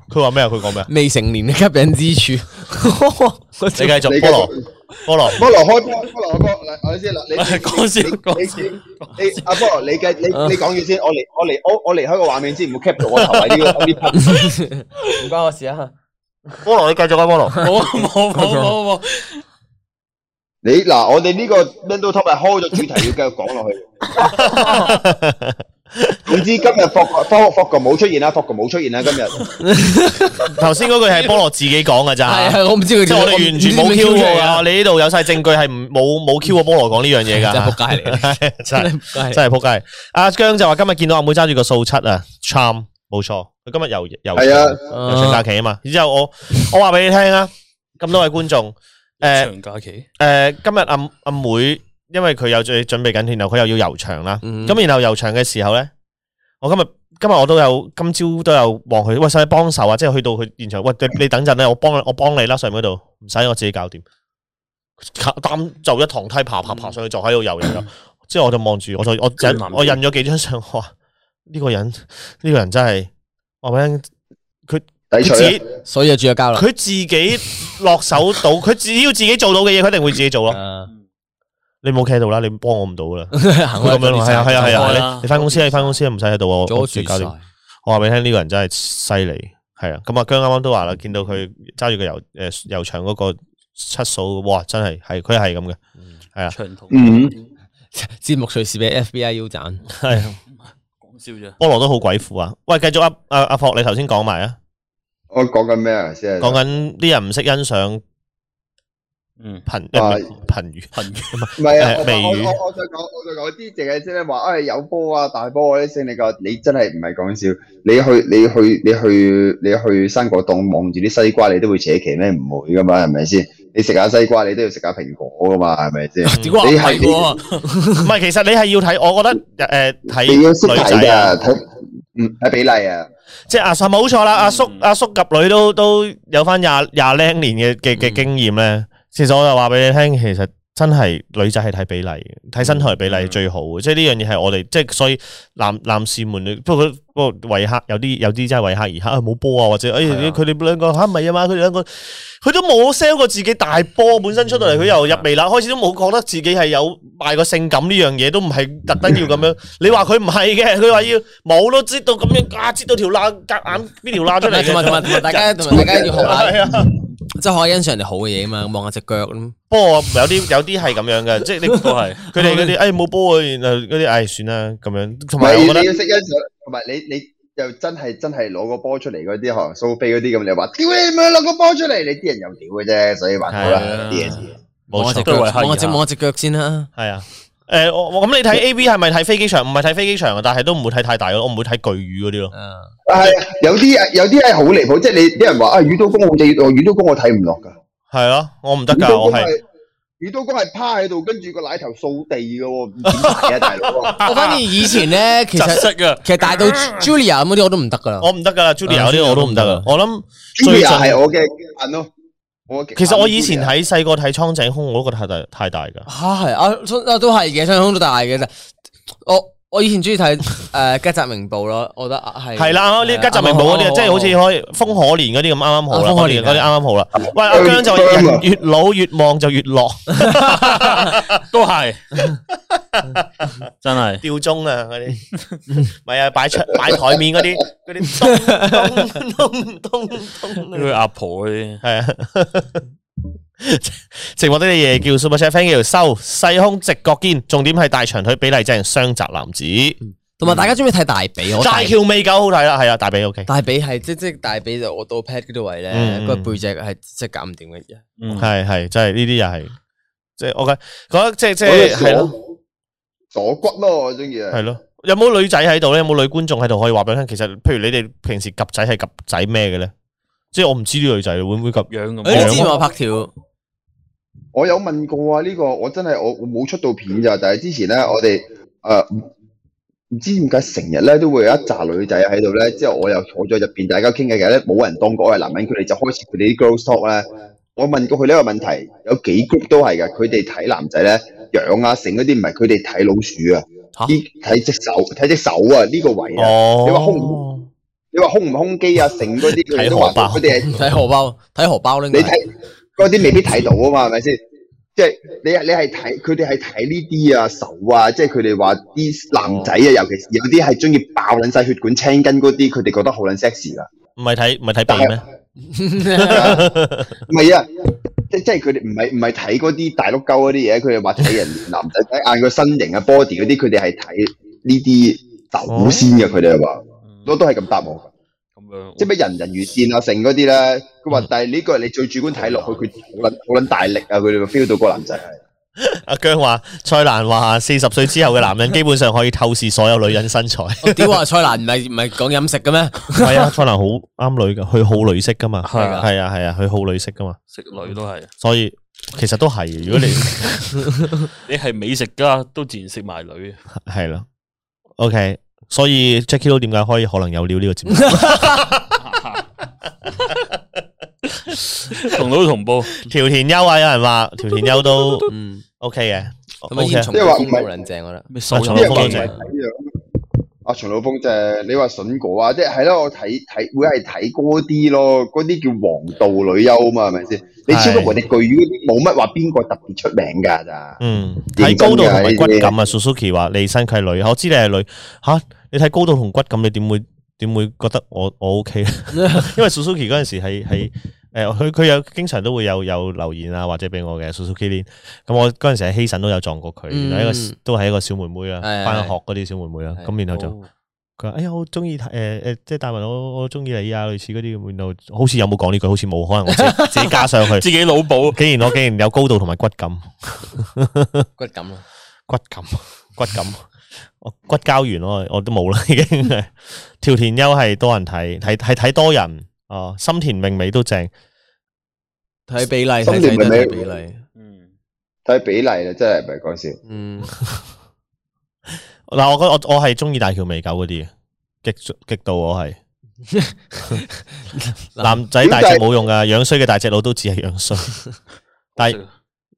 Speaker 3: 佢话咩啊？佢讲咩 啊？
Speaker 2: 未成年嘅 吸引之處，
Speaker 3: 你继续
Speaker 5: 你繼
Speaker 3: 菠萝
Speaker 5: 續
Speaker 3: 菠萝，
Speaker 5: 菠蘿開波，菠蘿開波。嗱，我哋 先嗱，你
Speaker 1: 唔係講笑講笑。
Speaker 5: 你你你阿菠蘿，你繼你你講嘢先，我離我離我我離開個畫面先，唔好 cap 到我頭啊！呢個呢個
Speaker 2: 唔關我事啊。
Speaker 3: 菠萝你继续啊，菠萝。
Speaker 1: 冇冇冇冇冇，
Speaker 5: 你嗱，我哋呢個 mental top 係開咗主題，要繼續講 落去。總之今日霍國霍霍國冇出現啦，啊霍國冇出現啦，今日
Speaker 3: 头先嗰句系菠萝自己讲噶咋
Speaker 2: 係，啊係，我唔知佢
Speaker 3: 即系
Speaker 2: 點
Speaker 3: 我哋完全冇 Q 过
Speaker 2: 啊
Speaker 3: 噶。你呢度有晒证据系唔冇冇 Q 过菠萝讲呢样嘢
Speaker 2: 真係仆。
Speaker 3: 噶
Speaker 2: 街嚟，
Speaker 3: 真
Speaker 2: 真
Speaker 3: 系
Speaker 2: 係仆街。
Speaker 3: 真系扑街。阿姜就话今日见到阿妹揸住个数七啊，charm 冇错，佢今日又又
Speaker 5: 係啊，
Speaker 3: 又長假期啊嘛。然之后我我话俾你听啊，咁多位观众，诶、
Speaker 1: 長假期
Speaker 3: 诶、今日阿阿妹，因为佢有最准备紧，然后佢又要游场啦。
Speaker 2: 嗯
Speaker 3: 咁、然后游场嘅时候咧，我今日今日我都有今朝都有望佢，喂，使唔使帮手啊？即系去到佢现场，喂，你你等阵咧，我帮我帮你啦，上面嗰度唔使，我自己搞掂。担就一堂梯爬
Speaker 2: 嗯
Speaker 3: 爬爬上去，就喺度游游游。之后我就望住，我就我
Speaker 1: 真
Speaker 3: 印
Speaker 1: 男人
Speaker 3: 我印咗几张相，我话呢个人呢个人真系，我俾你聽
Speaker 5: 抵
Speaker 3: 佢自
Speaker 5: 取啊
Speaker 3: 己
Speaker 5: 啦。
Speaker 2: 所以就住咗交啦。
Speaker 3: 佢自己落手到， 佢只要自己做到嘅嘢，佢一定会自己做咯。
Speaker 2: 啊
Speaker 3: 你冇 care 到啦，你幫我唔到啦。
Speaker 2: 行
Speaker 3: 佢咁樣咯，係啊係啊係
Speaker 1: 開
Speaker 3: 啊，
Speaker 1: 啦
Speaker 3: 你你翻公司啊你翻公司啊唔使喺度啊，我
Speaker 2: 阻
Speaker 3: 我
Speaker 2: 住
Speaker 3: 自己
Speaker 2: 搞
Speaker 3: 搞掂。我話俾你聽，呢個人真係犀利，係啊。咁啊，姜啱啱都話
Speaker 5: 嗯
Speaker 3: 啦，見到佢揸住個油诶油場嗰個七數，哇，真係係佢係咁嘅，
Speaker 1: 長途，
Speaker 5: 嗯
Speaker 2: 節目隨時俾 FBI 腰斬。
Speaker 3: 係啊
Speaker 1: 講笑啫。
Speaker 3: 菠蘿都好鬼苦啊。喂，繼續啊啊阿霍，你頭先講埋啊，
Speaker 5: 我講緊咩啊？先
Speaker 3: 講緊啲人唔識欣賞呃
Speaker 1: 嗯，
Speaker 3: 貧
Speaker 5: 啊
Speaker 3: 貧魚，
Speaker 1: 朋友
Speaker 5: 唔係啊，
Speaker 3: 誒
Speaker 5: 我
Speaker 3: 微
Speaker 5: 我我
Speaker 3: 雨
Speaker 5: 我我想講，我想講啲淨係先話，唉有波啊，大波嗰啲勝利個，你真係唔係講笑。你去你去你去你去生果檔望住啲西瓜，你都會扯旗咩？唔會噶嘛，係咪先？你食下西瓜，你都要食下蘋果噶嘛，係咪 先？
Speaker 2: 屌我
Speaker 5: 你
Speaker 2: 唔
Speaker 5: 係
Speaker 2: 係喎，
Speaker 3: 唔係其實你係要睇，我覺得诶睇
Speaker 5: 你要識
Speaker 3: 女
Speaker 5: 睇
Speaker 3: 仔啊。
Speaker 5: 㗎，睇嗯睇比例啊。
Speaker 3: 即系阿叔冇錯啦，阿叔
Speaker 1: 嗯
Speaker 3: 阿叔及女都都有翻廿廿零年嘅嘅嘅
Speaker 2: 嗯
Speaker 3: 经验咧。其實我就話俾你聽，其實真係女仔係睇比例嘅，睇身材比例
Speaker 1: 嗯
Speaker 3: 係最好嘅。即係呢樣嘢係我哋即係所以男男士們，不過不過為客有啲有啲真係為客而客啊冇波啊，或者哎
Speaker 1: 係啊
Speaker 3: 佢哋兩個吓唔係啊嘛，佢哋兩個佢都冇 sell 過自己大波，本身出到嚟佢又入味啦，開始都冇覺得自己係有賣個性感呢樣嘢，都唔係特登要咁
Speaker 1: 嗯
Speaker 3: 樣。你話佢唔係嘅，佢話要冇都知道咁樣啊，知道條罅夾硬邊條罅出
Speaker 2: 同
Speaker 3: 嚟
Speaker 2: 埋同埋
Speaker 3: 嘅。
Speaker 1: 啊
Speaker 2: 同埋同埋大家同埋大家要學下，
Speaker 3: 係啊
Speaker 2: 即係學下欣賞人哋好嘅嘢啊嘛，望下只腳 咁。
Speaker 3: 不過有啲有啲係咁樣嘅，即係你
Speaker 1: 都係
Speaker 3: 佢哋嗰啲，哎冇波啊，然後嗰啲，哎算啦咁樣。同
Speaker 5: 唔係
Speaker 3: 埋我覺得
Speaker 5: 你。要識欣賞，同埋你你又真係真係攞個波出嚟嗰啲，可能蘇菲嗰啲咁，你話屌你咪攞個波出嚟，你啲人又屌嘅啫，所以還好
Speaker 1: 係啊
Speaker 5: 啦啲嘢先。
Speaker 2: 望下只
Speaker 1: 都
Speaker 2: 腳，
Speaker 1: 係為
Speaker 2: 望下只
Speaker 1: 乞兒啊
Speaker 2: 望下只腳先啦。
Speaker 3: 系啊，诶、我我咁你睇 A V 系咪睇飛機場？唔係睇飛機場啊，但係都唔會睇太大咯，我唔會睇巨魚嗰啲咯。
Speaker 2: 啊
Speaker 5: 係有啲啊有啲係好離譜，即係你啲人話啊，魚刀公好正，我魚刀公我睇唔落㗎。
Speaker 3: 係咯、我唔得
Speaker 5: 魚
Speaker 3: 㗎，
Speaker 5: 刀
Speaker 3: 我
Speaker 5: 公
Speaker 3: 係
Speaker 5: 係魚刀公係趴喺度，跟住個奶頭掃地嘅喎，唔點解啊大佬？
Speaker 2: 我反而以前咧，其
Speaker 1: 窒
Speaker 2: 實
Speaker 1: 息啊！
Speaker 2: 其實大到 Julia 咁嗰啲我都唔得噶啦。
Speaker 3: 我唔得㗎，Julia
Speaker 2: 啊
Speaker 3: 嗰啲我都唔得
Speaker 2: 我唔得
Speaker 3: 㗎。我諗
Speaker 5: Julia
Speaker 3: 最近
Speaker 5: 係我嘅極限咯。我嘅極
Speaker 3: 其
Speaker 5: 限
Speaker 3: 實我以前
Speaker 5: Julia
Speaker 3: 睇細個睇蒼井空，我都覺得太大太大㗎。
Speaker 2: 吓系啊，都啊都係嘅，雙胸都大嘅啫。我我以前中意 睇诶《吉澤明報》咯，我覺得啊係哦
Speaker 3: 係啦，呢家集明冇嗰啲啊，即係好似可以風可憐嗰啲咁啱啱好
Speaker 2: 啊
Speaker 3: 啦，
Speaker 2: 風可
Speaker 3: 嗰
Speaker 2: 憐
Speaker 3: 啲
Speaker 2: 啊
Speaker 3: 嗰啲啱啱好啦。喂，阿姜就話
Speaker 5: 姜啊
Speaker 3: 人越老越望就越落，
Speaker 1: 都係真係
Speaker 3: 吊鐘啊嗰啲， 咪啊擺出擺台面嗰啲嗰啲咚咚咚咚
Speaker 1: 呢
Speaker 3: 咚。
Speaker 1: 個阿婆嗰啲，
Speaker 3: 系啊， 直播啲嘢叫 Super Chat，thank you，收細胸直角肩，重點係大長腿比例正，雙宅男子，
Speaker 2: 同埋大家中意睇大髀，我
Speaker 3: 大
Speaker 2: 大
Speaker 3: 橋尾狗好睇啦，係啊，大髀 OK，
Speaker 2: 大髀係即即大髀就我到 pat 嗰啲位咧，
Speaker 3: 嗯
Speaker 2: 個背脊係即搞唔掂嘅。
Speaker 1: 嗯，
Speaker 3: 係係，真係呢啲又係，即係我覺覺得即係即
Speaker 5: 我嘅
Speaker 3: 係係咯
Speaker 5: 鎖鎖骨咯，我中意啊
Speaker 3: 係。咯，有冇女仔喺度咧？有冇女觀眾喺度可以話俾我聽？其實譬如你哋平時及仔係及仔咩嘅咧？即係我唔知啲女仔會唔會及
Speaker 1: 樣咁
Speaker 2: 誒你之前
Speaker 1: 樣，
Speaker 2: 話拍條
Speaker 5: 我有問過啊，呢、個我真係我我冇出到片咋，但係之前咧我哋誒唔知點解成日咧都會有一紮女仔喺度咧，之後我又坐咗入邊，大家傾偈嘅咧，冇人當過我係男人，佢哋就開始佢哋啲 girls talk 咧。我問過佢呢個問題，有幾 group 都係嘅，佢哋睇男仔咧樣啊，成嗰啲唔係佢哋睇老鼠啊，
Speaker 2: 嚇
Speaker 5: 啲睇隻手睇隻手啊呢個位啊，你話空唔
Speaker 3: 哦，
Speaker 5: 你話空唔空機啊，成嗰啲佢哋都
Speaker 3: 睇
Speaker 5: 話
Speaker 3: 荷包
Speaker 5: 佢哋係
Speaker 2: 睇荷包，睇荷包拎
Speaker 5: 你睇嗰啲未必睇到啊嘛，係咪先？即係你你係睇佢哋係睇呢啲啊手啊，即係佢哋話啲男仔啊，尤其是有啲係中意爆撚晒血管青筋嗰啲，佢哋覺得好撚 sexy 噶。
Speaker 3: 唔系睇唔系睇鼻咩？
Speaker 5: 唔係啊，即即係佢哋唔係唔係睇嗰啲大碌鳩嗰啲嘢，佢哋話睇人男仔睇眼個身形啊 body 嗰啲，佢哋係睇呢啲手先嘅，佢哋話我都係咁答我。
Speaker 1: 咁样，
Speaker 5: 即係咩人人如線啊，成嗰啲咧，佢話但係呢個係你最主觀睇落去，佢好撚好撚大力啊，佢哋 feel 到個男仔係。
Speaker 3: 阿姜话蔡澜话四十岁之后嘅男人基本上可以透视所有女人身材。
Speaker 2: 我 屌啊！蔡澜唔係唔系讲饮食嘅咩？
Speaker 3: 系 啊，蔡澜好啱女噶，佢好女色噶嘛。
Speaker 1: 係啊
Speaker 3: 系啊，系啊，佢好女色噶嘛。
Speaker 1: 食女都係，
Speaker 3: 所以其實都係，如果你
Speaker 1: 你係美食家都自然食埋女。
Speaker 3: 係啦，OK，所以 Jackie 都點解可以可能有料呢個節目？
Speaker 1: 同老同步，
Speaker 3: 條田優啊，有人話條田優 都
Speaker 2: 嗯，
Speaker 3: OK 嘅
Speaker 2: 咁啊煙
Speaker 3: ，OK，
Speaker 2: 囪
Speaker 5: 即係話
Speaker 2: 風
Speaker 5: 唔係
Speaker 2: 好撚正，我覺得。
Speaker 1: 咩
Speaker 3: 手有
Speaker 1: 手
Speaker 5: 呢
Speaker 3: 風
Speaker 5: 個
Speaker 3: 多
Speaker 5: 唔係
Speaker 3: 謝
Speaker 5: 睇樣啊，秦老峰就係你話筍果啊，即係係咯，我睇睇會係睇嗰啲咯，嗰啲叫黃道女優啊嘛，係咪先？你超級無敵巨魚嗰啲冇乜話邊個特別出名㗎咋？
Speaker 3: 嗯，
Speaker 5: 認
Speaker 3: 睇
Speaker 5: 真
Speaker 3: 高度同
Speaker 5: 㗎
Speaker 3: 埋
Speaker 5: 呢
Speaker 3: 骨
Speaker 5: 啲
Speaker 3: 感啊，Suzuki 話你身契女，我知你係女吓，你睇高度同骨感，你點會點會覺得我我 OK 咧？ 因為 Suzuki 嗰陣時係係誒，佢佢有經常都會有有留言啊，或者俾我嘅 Suzuki 連，咁我嗰陣時喺希慎都有撞過佢，
Speaker 2: 嗯
Speaker 3: 原來一個都係一個小妹妹啦，
Speaker 2: 係係
Speaker 3: 翻學嗰啲小妹妹啦，
Speaker 2: 係
Speaker 3: 咁然後就佢話：哎呀，我中意睇誒誒，即係大文，我我中意你啊，類似嗰啲咁，然後好似有冇講呢句？好似冇，可能我自己 自己加上去。
Speaker 1: 自己腦補。
Speaker 3: 竟然我竟然有高度同埋骨感，
Speaker 2: 骨感咯，
Speaker 3: 骨感骨感，我骨膠原咯，我都冇啦 已經。條田優係多人睇，睇係睇多人哦，心田明美都正。
Speaker 2: 睇比例，
Speaker 5: 心
Speaker 2: 睇
Speaker 5: 理
Speaker 2: 睇
Speaker 5: 咪
Speaker 2: 睇
Speaker 5: 咩
Speaker 2: 比例。
Speaker 1: 嗯，
Speaker 5: 睇比例啦，真係唔係講笑。
Speaker 2: 嗯，
Speaker 3: 嗱，我覺得我我系中意大橋美狗嗰啲嘅，極極度我 係男仔大隻冇用噶，樣衰嘅大隻佬都只係樣 衰。但係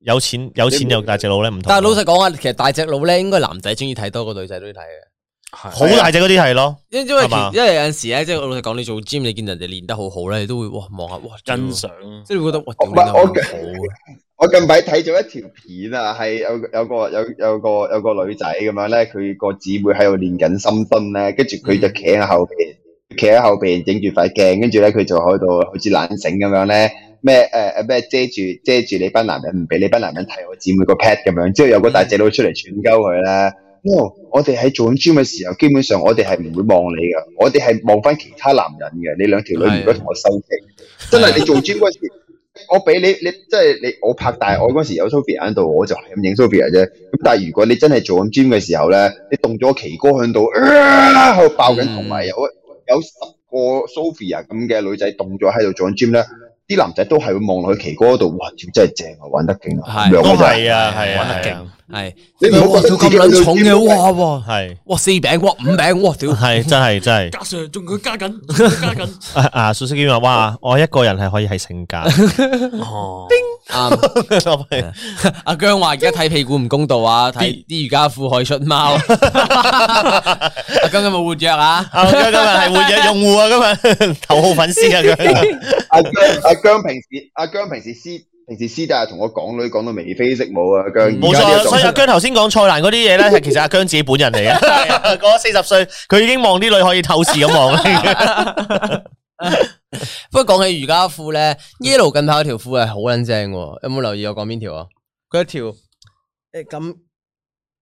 Speaker 3: 有錢有錢有大隻佬咧唔同，
Speaker 2: 但係老實講啊，其實大隻佬咧，應該男仔中意睇多過女仔中意睇嘅。
Speaker 1: 好
Speaker 3: 好大隻嗰啲係啊咯，
Speaker 2: 因因为
Speaker 3: 係嘛
Speaker 2: 其因为有阵时咧，即系老實講，你做 gym，你見人哋練得好好咧，你都會哇望下哇，
Speaker 1: 欣
Speaker 2: 屌
Speaker 1: 賞。
Speaker 2: 即係你會覺得哇，
Speaker 5: 我
Speaker 2: 屌練得好啊
Speaker 5: 我
Speaker 2: 好，
Speaker 5: 我近排睇咗一條片啊，係有有個有有個有個女仔咁樣咧，佢個姊妹喺度練緊深蹲咧，跟住佢就企喺後邊，企喺後邊整住塊鏡，跟住咧佢就喺度好似懶醒咁樣咧，咩誒誒咩遮住遮住你班男人，唔俾你班男人睇我姊妹個 pat 咁樣，之後有個大隻佬出嚟串鳩佢咧。哦，我哋喺做緊 gym 嘅時候，基本上我哋係唔會望你嘅，我哋係望翻其他男人嘅。你兩條女唔該同我收皮，真係你做 gym 嗰時。我俾你，你即係你我拍大我嗰時有 Sophia 喺度，我就係咁影 Sophia 啫。咁但係如果你真係做緊 gym 嘅時候咧，你動咗個旗哥喺度，啊喺度爆緊，同埋有
Speaker 3: 嗯
Speaker 5: 有十個 Sophia 咁嘅女仔動咗喺度做緊 gym 咧，啲男仔都係會望落去旗哥嗰度，哇！屌真係正啊，玩得勁啊，
Speaker 2: 係
Speaker 5: 咁樣
Speaker 3: 都
Speaker 5: 嘅啫。
Speaker 3: 係啊係
Speaker 2: 玩
Speaker 3: 啊
Speaker 2: 得
Speaker 3: 係啊，
Speaker 2: 係
Speaker 5: 你唔好
Speaker 2: 哇
Speaker 5: 覺得
Speaker 2: 屌
Speaker 5: 自
Speaker 2: 咁
Speaker 5: 己
Speaker 2: 撚重
Speaker 5: 去到
Speaker 2: 嘅，哇哇
Speaker 3: 係
Speaker 2: 哇四餅哇五餅哇屌，
Speaker 3: 係真係真 係。
Speaker 1: 加上仲要加 緊，仲要加緊。
Speaker 3: 啊啊！蘇斯基話：哇，我一個人係可以係性 格，啊
Speaker 1: 哦，
Speaker 2: 啱。
Speaker 3: 係
Speaker 2: 阿姜話而家睇屁股唔公道啊，睇啲瑜伽褲可以出貓。阿姜有冇活躍啊？
Speaker 3: 啊！今日係活躍用戶啊，今日 頭號粉絲啊，佢
Speaker 5: 阿姜阿姜平時阿姜平時私平時私底下同我講女講到眉飛色舞啊，姜
Speaker 3: 冇錯啊。所以阿姜頭先講蔡瀾嗰啲嘢咧，係其實阿姜自己本人嚟嘅。過咗四十歲，佢已經望啲女可以透視咁 望啦。
Speaker 2: 不過講起瑜伽褲咧，Yellow 近排有條褲係好撚正喎，有冇留意我講邊條啊？佢一條誒咁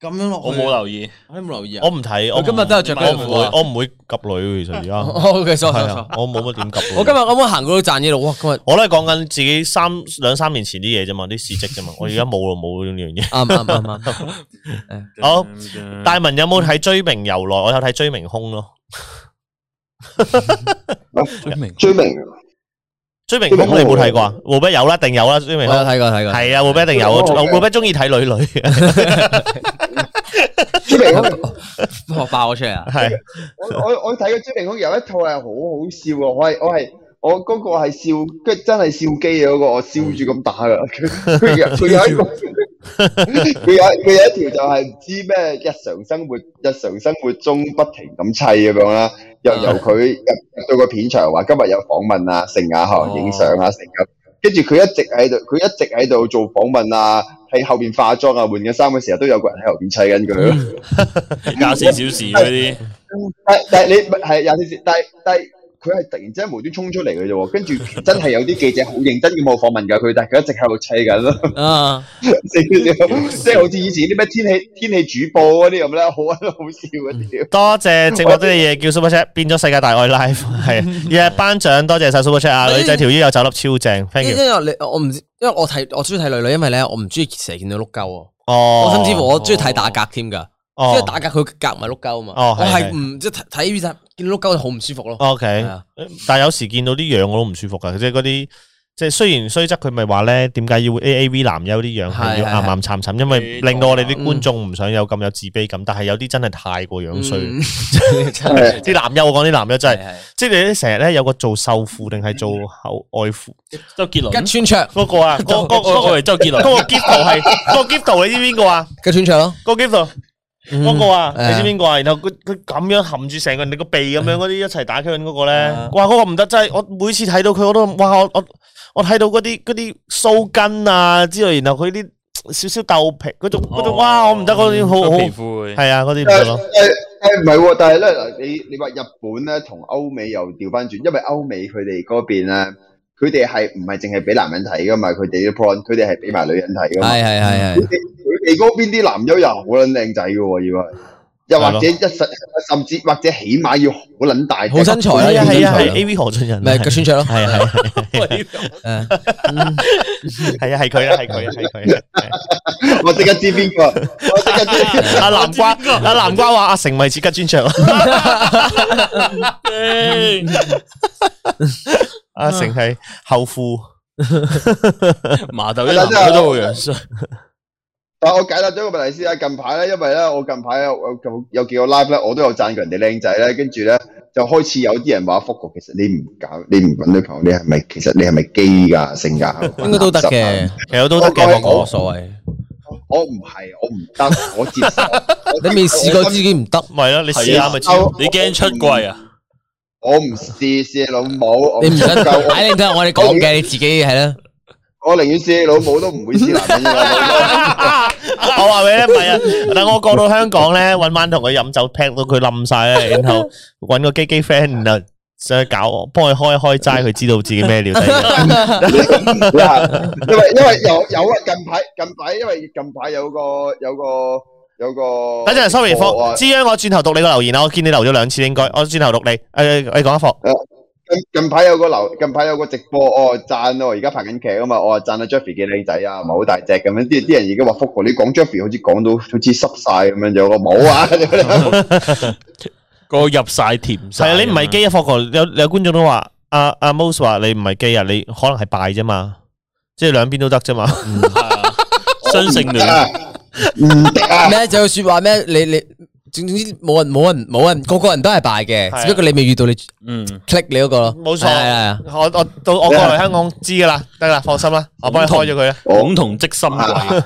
Speaker 2: 咁樣落
Speaker 1: 我冇留意。
Speaker 2: 我冇留意啊
Speaker 3: 我。唔睇，我
Speaker 2: 我
Speaker 3: 唔
Speaker 2: 今日都有着
Speaker 3: 我
Speaker 2: 嗰
Speaker 3: 唔
Speaker 2: 條
Speaker 3: 會
Speaker 2: 褲啊，。
Speaker 3: 我唔會及女嘅其實而家。
Speaker 2: O K，sorry
Speaker 3: 係
Speaker 2: sorry
Speaker 3: 啊
Speaker 2: sorry。
Speaker 3: 我冇乜點及女。
Speaker 2: 哦我今日啱啱行過都賺 Yellow，哇！今日
Speaker 3: 我都係講緊自己三兩三年前啲嘢啫嘛，啲事蹟啫嘛。我而家冇咯，冇呢樣嘢。
Speaker 2: 啱啱啱啱。
Speaker 3: 好大文有冇睇《追名由來》？我有睇《追名兇》咯。
Speaker 5: 追明
Speaker 3: 追明空你冇睇過啊？胡碧有啦，定有啦，追
Speaker 2: 我
Speaker 3: 明
Speaker 2: 有
Speaker 3: 空
Speaker 2: 睇過睇過。
Speaker 3: 係啊，胡碧一定有啊，
Speaker 5: 追明
Speaker 3: 我
Speaker 5: 兇
Speaker 3: 胡碧中意睇女女，
Speaker 5: 追明嗰
Speaker 2: 我爆咗出嚟啊！
Speaker 3: 係
Speaker 5: 我我我睇過《朱凌空》有一套係好好笑嘅，我係我係我嗰啊嗯個係笑，跟真係笑機嘅嗰個，我笑住咁打噶。佢佢有佢有一個， 佢有佢有一條就係唔知咩日常生活日常生活中不停咁砌咁樣啦，又由佢入入到個片場話今日有訪問啊，成啊可能影相啊，成咁，跟住佢一直喺度，佢一直喺度做訪問啊，喺後邊化妝啊，換緊衫嘅時候都有個人喺後邊砌緊佢咯。
Speaker 1: 廿四小時嗰啲，
Speaker 5: 但但係你係有啲事，但係但係佢係突然之間無端衝出嚟嘅啫喎，跟住真係有啲記者好認真咁去訪問㗎佢，但係佢一直喺度砌緊咯。
Speaker 2: 啊，
Speaker 5: 四少少，即係好似以前啲咩天氣天氣主播嗰啲咁咧，好啊好笑嗰啲。
Speaker 3: 多謝寂寞的
Speaker 2: 嗯
Speaker 3: 嘢叫 Super Chat 變咗世界大愛 live 啊系，日日頒獎多謝晒 Super Chat 啊！女仔條腰有走粒超正，thank
Speaker 2: 因
Speaker 3: you。
Speaker 2: 因为哎你我唔知，因為我睇我中意睇女女，因為咧我唔中意成日見到碌鳩啊，
Speaker 3: 哦，
Speaker 2: 我甚至乎我中意睇打格添㗎，因為
Speaker 3: 哦
Speaker 2: 打格佢夾埋碌鳩啊嘛，
Speaker 3: 哦係
Speaker 2: 我係
Speaker 3: 係哦
Speaker 2: 唔即係睇睇 V 集見到碌鳩就好唔舒服咯，係
Speaker 3: ，OK
Speaker 2: 啊。
Speaker 3: 但系有時見到啲樣我都唔舒服噶，即係嗰啲即係雖然衰則佢咪話咧，點解要 A A V 男優啲樣係
Speaker 2: 係
Speaker 3: 要
Speaker 2: 係
Speaker 3: 岩岩沉沉，因為令到我哋啲觀眾唔想有咁有自卑感，但係有啲真係太過樣衰。
Speaker 2: 嗯
Speaker 3: 啲男優，我講啲男優真係，
Speaker 2: 係
Speaker 3: 即係你啲成日咧有個做瘦褲定係做後外褲
Speaker 1: 周杰倫，
Speaker 2: 吉川卓，
Speaker 3: 嗰個啊，嗰嗰嗰
Speaker 1: 我
Speaker 3: 個
Speaker 1: 係周杰
Speaker 3: 嗰
Speaker 1: 倫，
Speaker 3: 個 gift 圖係嗰個 gift 圖，你知邊個啊？
Speaker 2: 吉川卓咯，
Speaker 3: 嗰個 gift 圖。
Speaker 2: Ừ.
Speaker 3: 嗰個啊，
Speaker 2: 嗯
Speaker 3: 你知邊個啊？然後佢佢咁樣含住成個人哋個鼻咁樣嗰啲一齊打 Q 嗰個咧
Speaker 2: 啊，
Speaker 3: 哇！嗰個唔得，真係我每次睇到佢我都哇！我我我睇到嗰啲嗰啲鬚根啊之類，然後佢啲少少豆皮嗰種嗰種，哇！我唔得嗰啲好
Speaker 1: 哦皮
Speaker 3: 好
Speaker 1: 膚會
Speaker 3: 係啊，嗰啲唔
Speaker 5: 誒
Speaker 3: 得
Speaker 5: 誒
Speaker 3: 咯。
Speaker 5: 誒唔係喎，但係咧嗱，你你話日本咧同歐美又調翻轉，因為歐美佢哋嗰邊咧，佢哋係唔係淨係俾男人睇噶嘛？佢哋啲 porn，佢哋係俾埋女人睇噶嘛？
Speaker 2: 係係係
Speaker 5: 佢
Speaker 3: 嗯
Speaker 2: 係，
Speaker 5: 哋佢哋嗰邊啲男優又好撚靚仔嘅喎，要係。又或者一實，甚至或者起碼要好撚大隻，
Speaker 2: 好身材 啊
Speaker 3: 係啊係啊
Speaker 2: 係
Speaker 3: 係
Speaker 2: 啊
Speaker 3: A V 何俊仁啊，
Speaker 2: 咪吉川卓咯，啊
Speaker 3: 係啊係啊
Speaker 2: 誒
Speaker 3: 係啊係佢啊係佢啊係佢啊係啊。
Speaker 5: 我即刻知邊個，我即刻 知。
Speaker 3: 阿南瓜阿南瓜話阿成咪似吉專長，
Speaker 1: 誒
Speaker 3: 阿成係後夫。
Speaker 1: 麻豆啲男人都好樣衰，
Speaker 5: 但我解答咗個問題先啊！近排咧，因為咧，我近排有有有幾個 live 咧，我都有讚過人哋靚仔咧，跟住咧就開始有啲人話福哥，其實你唔搞，你唔揾女朋友，你係咪其實你係咪基㗎性格？
Speaker 2: 應該都得嘅，
Speaker 3: 其實都得嘅，
Speaker 5: 我
Speaker 3: 我
Speaker 2: 冇
Speaker 3: 講
Speaker 2: 所謂。
Speaker 5: 我唔係，我唔得，我 接受。
Speaker 2: 你未試過自己唔得，
Speaker 3: 咪咯，你試下咪知
Speaker 5: 我
Speaker 1: 你驚出櫃啊？
Speaker 5: 我唔試試你老母，我
Speaker 2: 你唔
Speaker 5: 唔
Speaker 2: 得，
Speaker 5: 夠，
Speaker 2: 唉，你都係我哋講嘅，你自己係啦。
Speaker 5: 我寧願試你老母都唔會試男人嘅。
Speaker 3: 我話俾你聽，唔係啊！等我過到香港咧，搵晚同佢飲酒，劈到佢冧晒咧，然後搵個基基 friend，然後想去搞我，幫佢開開齋，佢知道自己咩料。 第二日
Speaker 5: 嗱，因為因為有有啊，近排近排因為近排有個有個有個，啊
Speaker 3: 等陣，sorry，
Speaker 5: 我
Speaker 3: 霍之央，我轉頭讀你個留言啊啦，我見你留咗兩次，應該我轉頭讀你。誒，你講一霍，
Speaker 5: 近近排有個流，近排有個直播，我讚我而家拍緊劇啊嘛，我話讚阿 Jeffy 幾靚仔啊，唔係好大隻咁樣，啲啲人而家話福哥，你講 Jeffy 好似講到好似濕晒咁樣樣，我冇啊，
Speaker 1: 個入晒甜晒。
Speaker 3: 係啊，你唔係基啊，霍哥，有有觀眾都話，啊阿阿 Mose 話你唔係基啊，你可能係拜啫嘛，即係兩邊都得啫嘛。
Speaker 1: 雙性戀，
Speaker 5: 啊唔得啊，
Speaker 2: 咩就有说話咩？你你總總之冇人冇人冇人，個個人都係敗
Speaker 3: 係啊
Speaker 2: 嘅，只不過你未遇到你
Speaker 1: 嗯，
Speaker 2: click À, 你嗰個咯。
Speaker 3: 冇錯
Speaker 2: 係啊，
Speaker 3: 我我到我過嚟香港知噶啦，得啦，放心啦，我幫你開咗佢啦。
Speaker 5: 我
Speaker 1: 恐同即心
Speaker 5: 啊
Speaker 1: 鬼，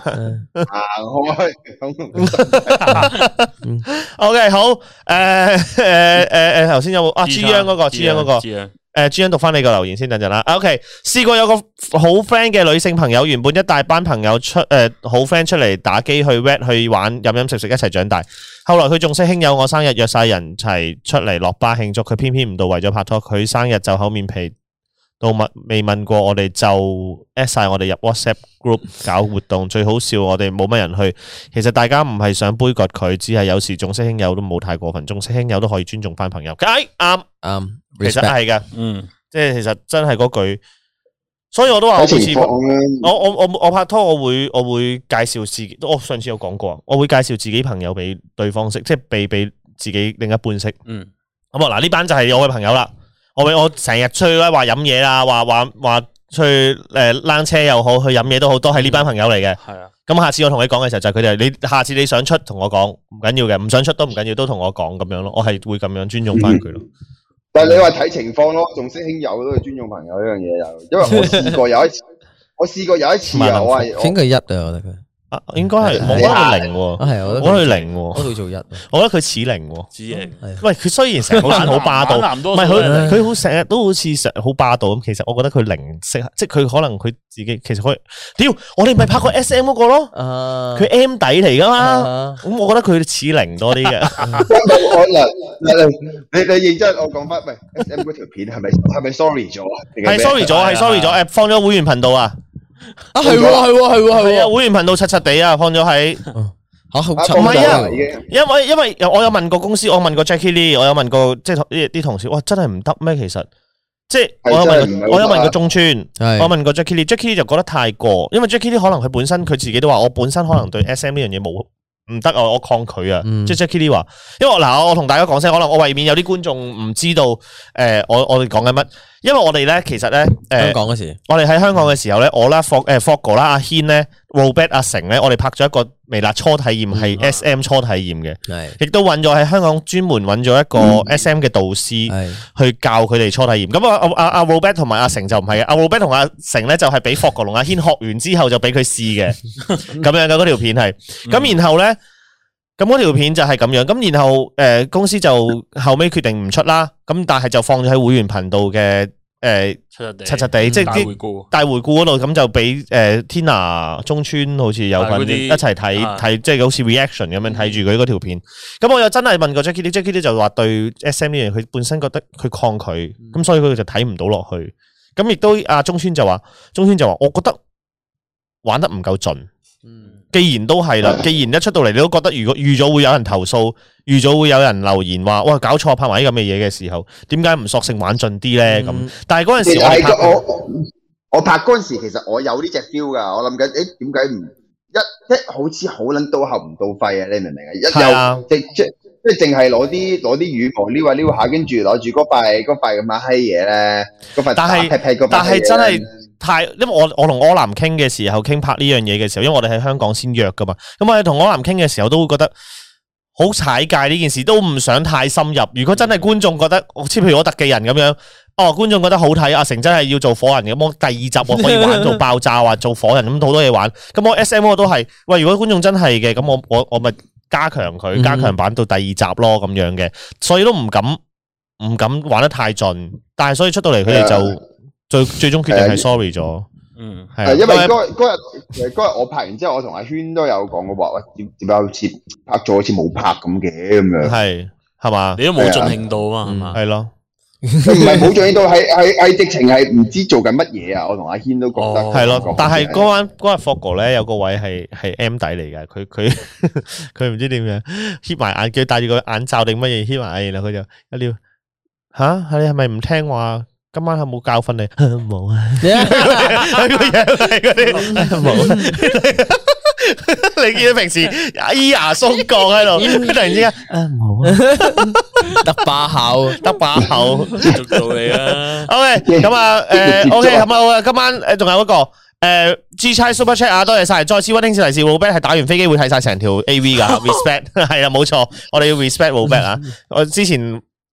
Speaker 5: 行開，
Speaker 3: O、k 好，诶诶诶诶，头先有冇啊？朱央嗰個，朱央嗰個，
Speaker 1: 知啊
Speaker 3: 诶，朱央讀翻你個留言先，等陣啦。啊 OK，試過有個好 friend 嘅女性朋友，原本一大班朋友出诶、好 friend 出嚟打機去 wet 去玩飲飲食食一齊長大。後來佢仲識輕友我生日，約晒人齊出嚟落巴慶祝，佢偏偏唔到，為咗拍拖，佢生日就厚面皮。到問未問過我哋就 at 晒我哋入 WhatsApp group 搞活動，最好笑我哋冇乜人去。其實大家唔係想杯葛佢，只係有時重色輕友都冇太過分，重色輕友都可以尊重翻朋友。哎啱，
Speaker 2: 啱
Speaker 3: 其實
Speaker 2: à. Um, respect
Speaker 3: 係噶，
Speaker 1: 嗯，
Speaker 3: 即係其實真係嗰句。所以我都話我
Speaker 5: 睇
Speaker 3: 每
Speaker 5: 情
Speaker 3: 次
Speaker 5: 況啦。
Speaker 3: 我我我我拍拖，我會我會介紹自己。我上次有講過，我會介紹自己朋友俾對方識，即係被俾自己另一半識。
Speaker 1: 嗯，
Speaker 3: 咁啊，嗱呢班就係我嘅朋友啦。我咪我成日出去咧話飲嘢啦，話話話出去诶躝車又好，去飲嘢都好，都係呢班朋友嚟嘅。
Speaker 1: 係啊，
Speaker 3: 咁下次我同你講嘅時候就係佢哋，你下次你想出同我講唔緊要嘅，唔想出都唔緊要，都同我講咁樣咯。我係會咁樣尊重翻佢咯。
Speaker 5: 但係你話睇情況咯，重色輕友都要尊重朋 友呢樣嘢又，因為我試過有一次，我試過有一次
Speaker 3: 萬
Speaker 5: 啊，
Speaker 3: 能
Speaker 5: 我係我
Speaker 2: 應該係一啊，我覺得佢
Speaker 3: 啊，应该系冇覺得佢零喎，我
Speaker 2: 啊系，我覺
Speaker 3: 覺得
Speaker 2: 得佢
Speaker 3: 佢零喎，
Speaker 2: 我都會做一，
Speaker 3: 我覺得佢似零喎。
Speaker 1: 子型
Speaker 3: 喂，佢雖然成日好似好 霸道，
Speaker 1: 猛
Speaker 3: 唔
Speaker 1: 男多數
Speaker 3: 係
Speaker 1: 都
Speaker 3: 佢
Speaker 1: 係
Speaker 3: 佢好成日都好似成日好霸道咁。其實我覺得佢零適合，即係佢可能佢自己其實佢，屌我哋咪拍 過 S M 嗰個咯，
Speaker 2: 啊，
Speaker 3: 佢 M 底嚟噶嘛。
Speaker 2: 啊
Speaker 3: 咁我覺得佢似零多啲 嘅，
Speaker 5: 我嗱嗱你你認真，我講翻，喂，S M 嗰條片係咪係咪 sorry 咗啊？定
Speaker 3: 係
Speaker 5: 咩
Speaker 3: sorry 咗，係 sorry 咗，誒放咗會員頻道啊，
Speaker 2: 啊係喎係喎係喎係
Speaker 3: 係啊
Speaker 2: 喎，
Speaker 3: 會員頻道柒柒地啊，放咗喺。
Speaker 2: 吓好
Speaker 5: 啊
Speaker 2: 慘
Speaker 5: 唔
Speaker 3: 係啊
Speaker 5: 已經
Speaker 3: 因為因為我有問過公司，我問過 Jackie Lee，我有問過即係啲啲同事，哇真係唔得咩？其實即係我有
Speaker 5: 係真係
Speaker 3: 問
Speaker 5: 唔係好
Speaker 3: 過，我有問
Speaker 5: 得
Speaker 3: 過
Speaker 5: 啊
Speaker 3: 中村，
Speaker 2: 係
Speaker 3: 我問過 Jackie Lee，Jackie Lee 就覺得太過，因為 Jackie Lee 可能佢本身佢自己都話，我本身可能對 SM 呢樣嘢冇唔得啊，我抗拒啊，
Speaker 2: 嗯
Speaker 3: 即係 Jackie Lee 話，因為我嗱我同大家講聲，可能我為免有啲觀眾唔知道誒、呃我我哋講緊乜，因為我哋咧其實咧誒。呃
Speaker 2: 香港嗰時
Speaker 3: 我哋喺香港嘅時候咧，我啦、霍誒霍哥啦、阿軒咧、Robert 阿成咧，我哋拍咗一個微辣初體驗，
Speaker 2: 嗯啊
Speaker 3: 係 S M 初體驗嘅，
Speaker 2: 係
Speaker 3: 亦都揾咗喺香港專門揾咗一
Speaker 2: 嗯
Speaker 3: 個 S M 嘅導師
Speaker 2: 係
Speaker 3: 去教佢哋初體驗。咁啊，阿阿阿 Robert 同埋阿成就唔係嘅，阿 Robert 同阿成咧就係俾霍哥同阿軒學完之後就俾佢試嘅，咁樣嘅嗰條片係。咁然後咧，咁嗰條片就係咁樣。咁然後誒、呃公司就後尾決定唔出啦，咁但係就放咗喺會員頻道嘅誒。呃
Speaker 1: 七七地，
Speaker 3: 柒柒地，即係
Speaker 1: 大
Speaker 3: 啲
Speaker 1: 回顧
Speaker 3: 大回顧嗰度咁就俾誒 Tina 中村好似有份
Speaker 1: 係嗰啲
Speaker 3: 一齊睇
Speaker 1: 啊嗯
Speaker 3: 睇，即係好似 reaction 咁樣睇住佢嗰條片。咁我又真係問過 Jackie Lee，Jackie Lee 就話對 SM 呢樣嘢佢本身覺得佢抗拒，
Speaker 1: 嗯
Speaker 3: 咁所以佢就睇唔到落去。咁亦都阿中村就話，中村就話，我覺得玩得唔夠盡。
Speaker 2: 嗯
Speaker 3: 既然都係啦，既然一出到嚟你都覺得如果預咗會有人投訴，預咗會有人留言話，哇搞錯拍埋啲咁嘅嘢嘅時候，點解唔索性玩盡啲咧？咁、
Speaker 2: 嗯
Speaker 3: 但係嗰陣
Speaker 5: 其
Speaker 3: 時
Speaker 5: 實
Speaker 3: 我哋
Speaker 5: 係
Speaker 3: 拍
Speaker 5: 個我我我拍嗰陣時，其實我有呢只 feel 噶，我諗緊，誒點解唔一一好似好撚到喉唔到肺啊？你明唔明啊？一
Speaker 3: 係啊
Speaker 5: 有即即即係淨係攞啲攞啲羽毛撩下撩下，跟住攞住嗰塊嗰塊咁嘅閪嘢咧，嗰塊
Speaker 3: 但係
Speaker 5: 打屁屁嗰塊
Speaker 3: 但係
Speaker 5: 閪嘢呢
Speaker 3: 真係太，因為我我同柯南傾嘅時候，傾拍呢樣嘢嘅時候，因為我哋喺香港先約噶嘛，咁我哋同柯南傾嘅時候都會覺得好踩界呢件事，都唔想太深入。如果真係觀眾覺得，好似譬如我特技人咁樣，哦，觀眾覺得好睇，阿成真係要做火人咁，我第二集我可以玩到爆炸啊，做火人咁好多嘢玩。咁我 S M 我都係，喂，如果觀眾真係嘅，咁我我我咪加強佢，
Speaker 2: 嗯
Speaker 3: 加強版到第二集咯，咁樣嘅，所以都唔敢唔敢玩得太盡，但係所以出到嚟佢哋就。最最終決定係 sorry 咗，
Speaker 1: 嗯，
Speaker 3: 係啊
Speaker 5: 係因為
Speaker 3: 因為
Speaker 5: 嗰日嗰日其實嗰日我拍完之後，我同阿軒都有講過話，喂點點解好似拍咗好似冇拍咁嘅咁樣。
Speaker 3: 係係嘛，
Speaker 1: 你都冇盡興到啊嘛，係嘛？
Speaker 3: 係咯，
Speaker 5: 佢唔係冇做到，係係係直情係唔知做緊乜嘢啊！我同阿軒都覺得
Speaker 1: 哦
Speaker 3: 係咯
Speaker 5: 覺。
Speaker 3: 但係
Speaker 5: 得
Speaker 3: 嗰晚嗰日 Fogo 咧有個位係係 M 底嚟嘅，佢 佢佢唔知點樣 hit 埋眼，佢戴住個眼罩定乜嘢 hit 埋眼，然後佢就一撩吓，你係咪唔聽話？今晚有冇教訓你？ 冇 啊，
Speaker 2: Dạ.
Speaker 3: 佢個樣係嗰啲 冇。你見到平時咿牙鬆降喺度，突然之間啊冇啊，
Speaker 2: 得把口，
Speaker 3: 得把口。
Speaker 1: 捉到你啊！
Speaker 3: O K，咁啊，诶，O K，咁啊，好啊今晚诶仲有一個诶 G 差 Super Chat 啊，多謝晒，再次温馨提示，Robert 係打完飛機會睇晒成條 A V 噶，respect 係啊，冇錯，我哋要 respect Robert 啊，我之前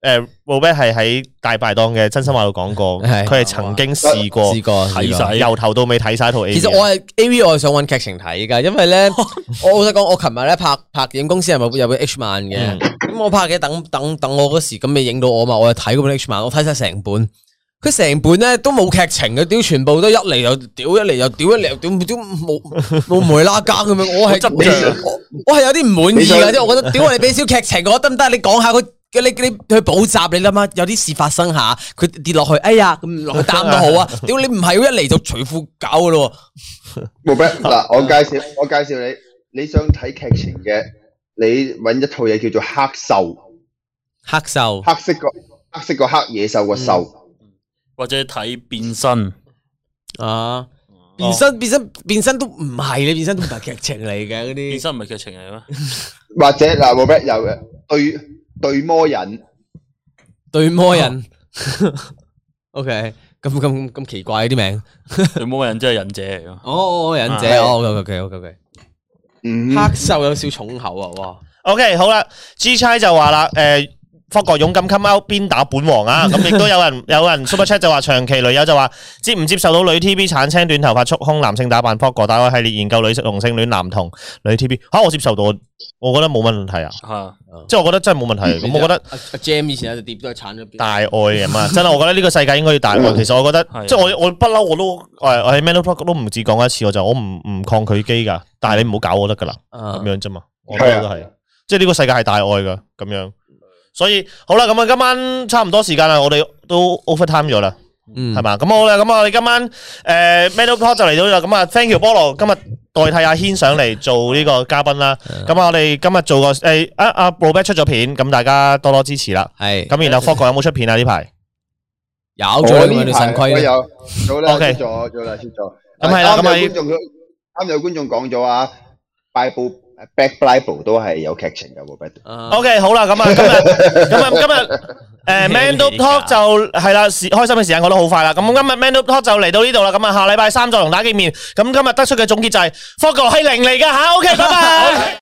Speaker 3: 诶 Robert 係喺大排檔嘅真心話度講過，
Speaker 2: 係啊
Speaker 3: 佢係曾經試過
Speaker 2: 試過
Speaker 1: 睇
Speaker 2: 試過
Speaker 1: 晒
Speaker 3: 由頭到尾睇晒套 A V，啊
Speaker 2: 其實我係 A V，我係想揾劇情睇㗎，因為 咧，我老實講，我琴日咧拍拍影公司係咪有本 H 漫嘅？
Speaker 3: 嗯
Speaker 2: 咁我拍嘅等等等我嗰時咁你影到我嘛，我就睇嗰本 H 漫，我睇晒成本。佢成本咧都冇劇情嘅，屌全部都一嚟又屌，一嚟又屌，一嚟又屌，屌冇冇梅拉更咁樣。我係
Speaker 3: 啊
Speaker 2: 我 我係有啲唔滿意嘅，即係我覺得屌你俾少劇情我得唔得？你講下佢。你你去補習，你諗下有啲事發生下，佢跌落去，哎呀咁落去擔都好 啊！屌你唔係喎，一嚟就除褲搞噶咯喎。
Speaker 5: 冇咩嗱，我介紹我介紹你，你想睇劇情嘅，你揾一套嘢叫做黑獸，
Speaker 2: 黑手
Speaker 5: 黑色個黑色個黑野獸個獸，
Speaker 1: 或者睇 變身，
Speaker 2: 啊，变身变身变身都唔系你变身都唔系剧情嚟嘅嗰
Speaker 1: 變
Speaker 2: 啲，
Speaker 1: 身唔係劇情嚟咩？
Speaker 5: 或者嗱冇咩有嘅對對魔人，
Speaker 2: 对魔 人。O K，咁咁咁奇怪啲名，
Speaker 1: 你冇人真係忍者嚟噶。
Speaker 2: 哦，忍者，
Speaker 5: 啊
Speaker 2: 哦，O K O K O K，
Speaker 5: 嗯，
Speaker 2: 黑手有少重口啊，哇，
Speaker 3: O K，好啦，G 差就話啦，诶、法國勇敢 come out 邊打本王啊！咁亦都有人有人 super chat 就話長期女友就話接唔接受到女 TV 產青短頭髮束胸男性打扮法國打開系列研究女同性戀男童女 TV 吓、我接受到，我覺得冇乜問題啊！
Speaker 1: 吓，
Speaker 3: 即係我覺得真係冇問題。咁我覺得
Speaker 2: 阿 Jam 以前有隻碟都係鏟咗邊，
Speaker 3: 大愛嘅嘛，真係我覺得呢個世界應該要大愛。其實我覺得
Speaker 1: 係啊
Speaker 3: 即係我我不嬲我都誒我喺 Man Talk 都唔止講一次，我就我唔唔抗拒機㗎，但係你唔好搞我得㗎啦。
Speaker 2: 啊
Speaker 3: 咁樣啫嘛，我覺得都係，啊即係呢個世界係大愛噶咁樣，所以好啦，咁啊今晚差唔多時間啦，我哋都 over time 咗啦，
Speaker 2: 嗯
Speaker 3: 係嘛？咁好啦，咁啊我哋今晚诶 Metal Talk 就嚟到啦，咁啊 Thank you 菠蘿今日代替阿軒上嚟做呢個嘉賓啦，
Speaker 2: 嗯
Speaker 3: 咁啊我哋今日做個诶啊阿 Robert 出咗片，咁大家多多支持啦，
Speaker 2: 係
Speaker 3: 咁然後 Fog 有冇出片啊呢排？
Speaker 2: 有
Speaker 5: 我
Speaker 2: 咗呢
Speaker 5: 呢
Speaker 2: 條
Speaker 5: 排
Speaker 2: 神規
Speaker 5: 我
Speaker 2: 啦，
Speaker 5: 有做啦，出
Speaker 3: OK
Speaker 5: 咗做啦，出咗。
Speaker 3: 咁係啦
Speaker 5: 啱
Speaker 3: 咁啊
Speaker 5: 有觀眾佢啱有觀眾講咗啊，Bible Back Bible 都係有劇情嘅喎，Back。
Speaker 2: 啊
Speaker 3: OK，好啦，咁啊，今日咁啊，今日誒 Man Up
Speaker 2: 咩嚟㗎
Speaker 3: Talk 就係啦，時開心嘅時間過得好快啦。咁今日 Man Up Talk 就嚟到呢度啦。咁啊，下禮拜三再同大家見面。咁今日得出嘅總結就係 f o g 係零嚟㗎吓。OK，拜拜。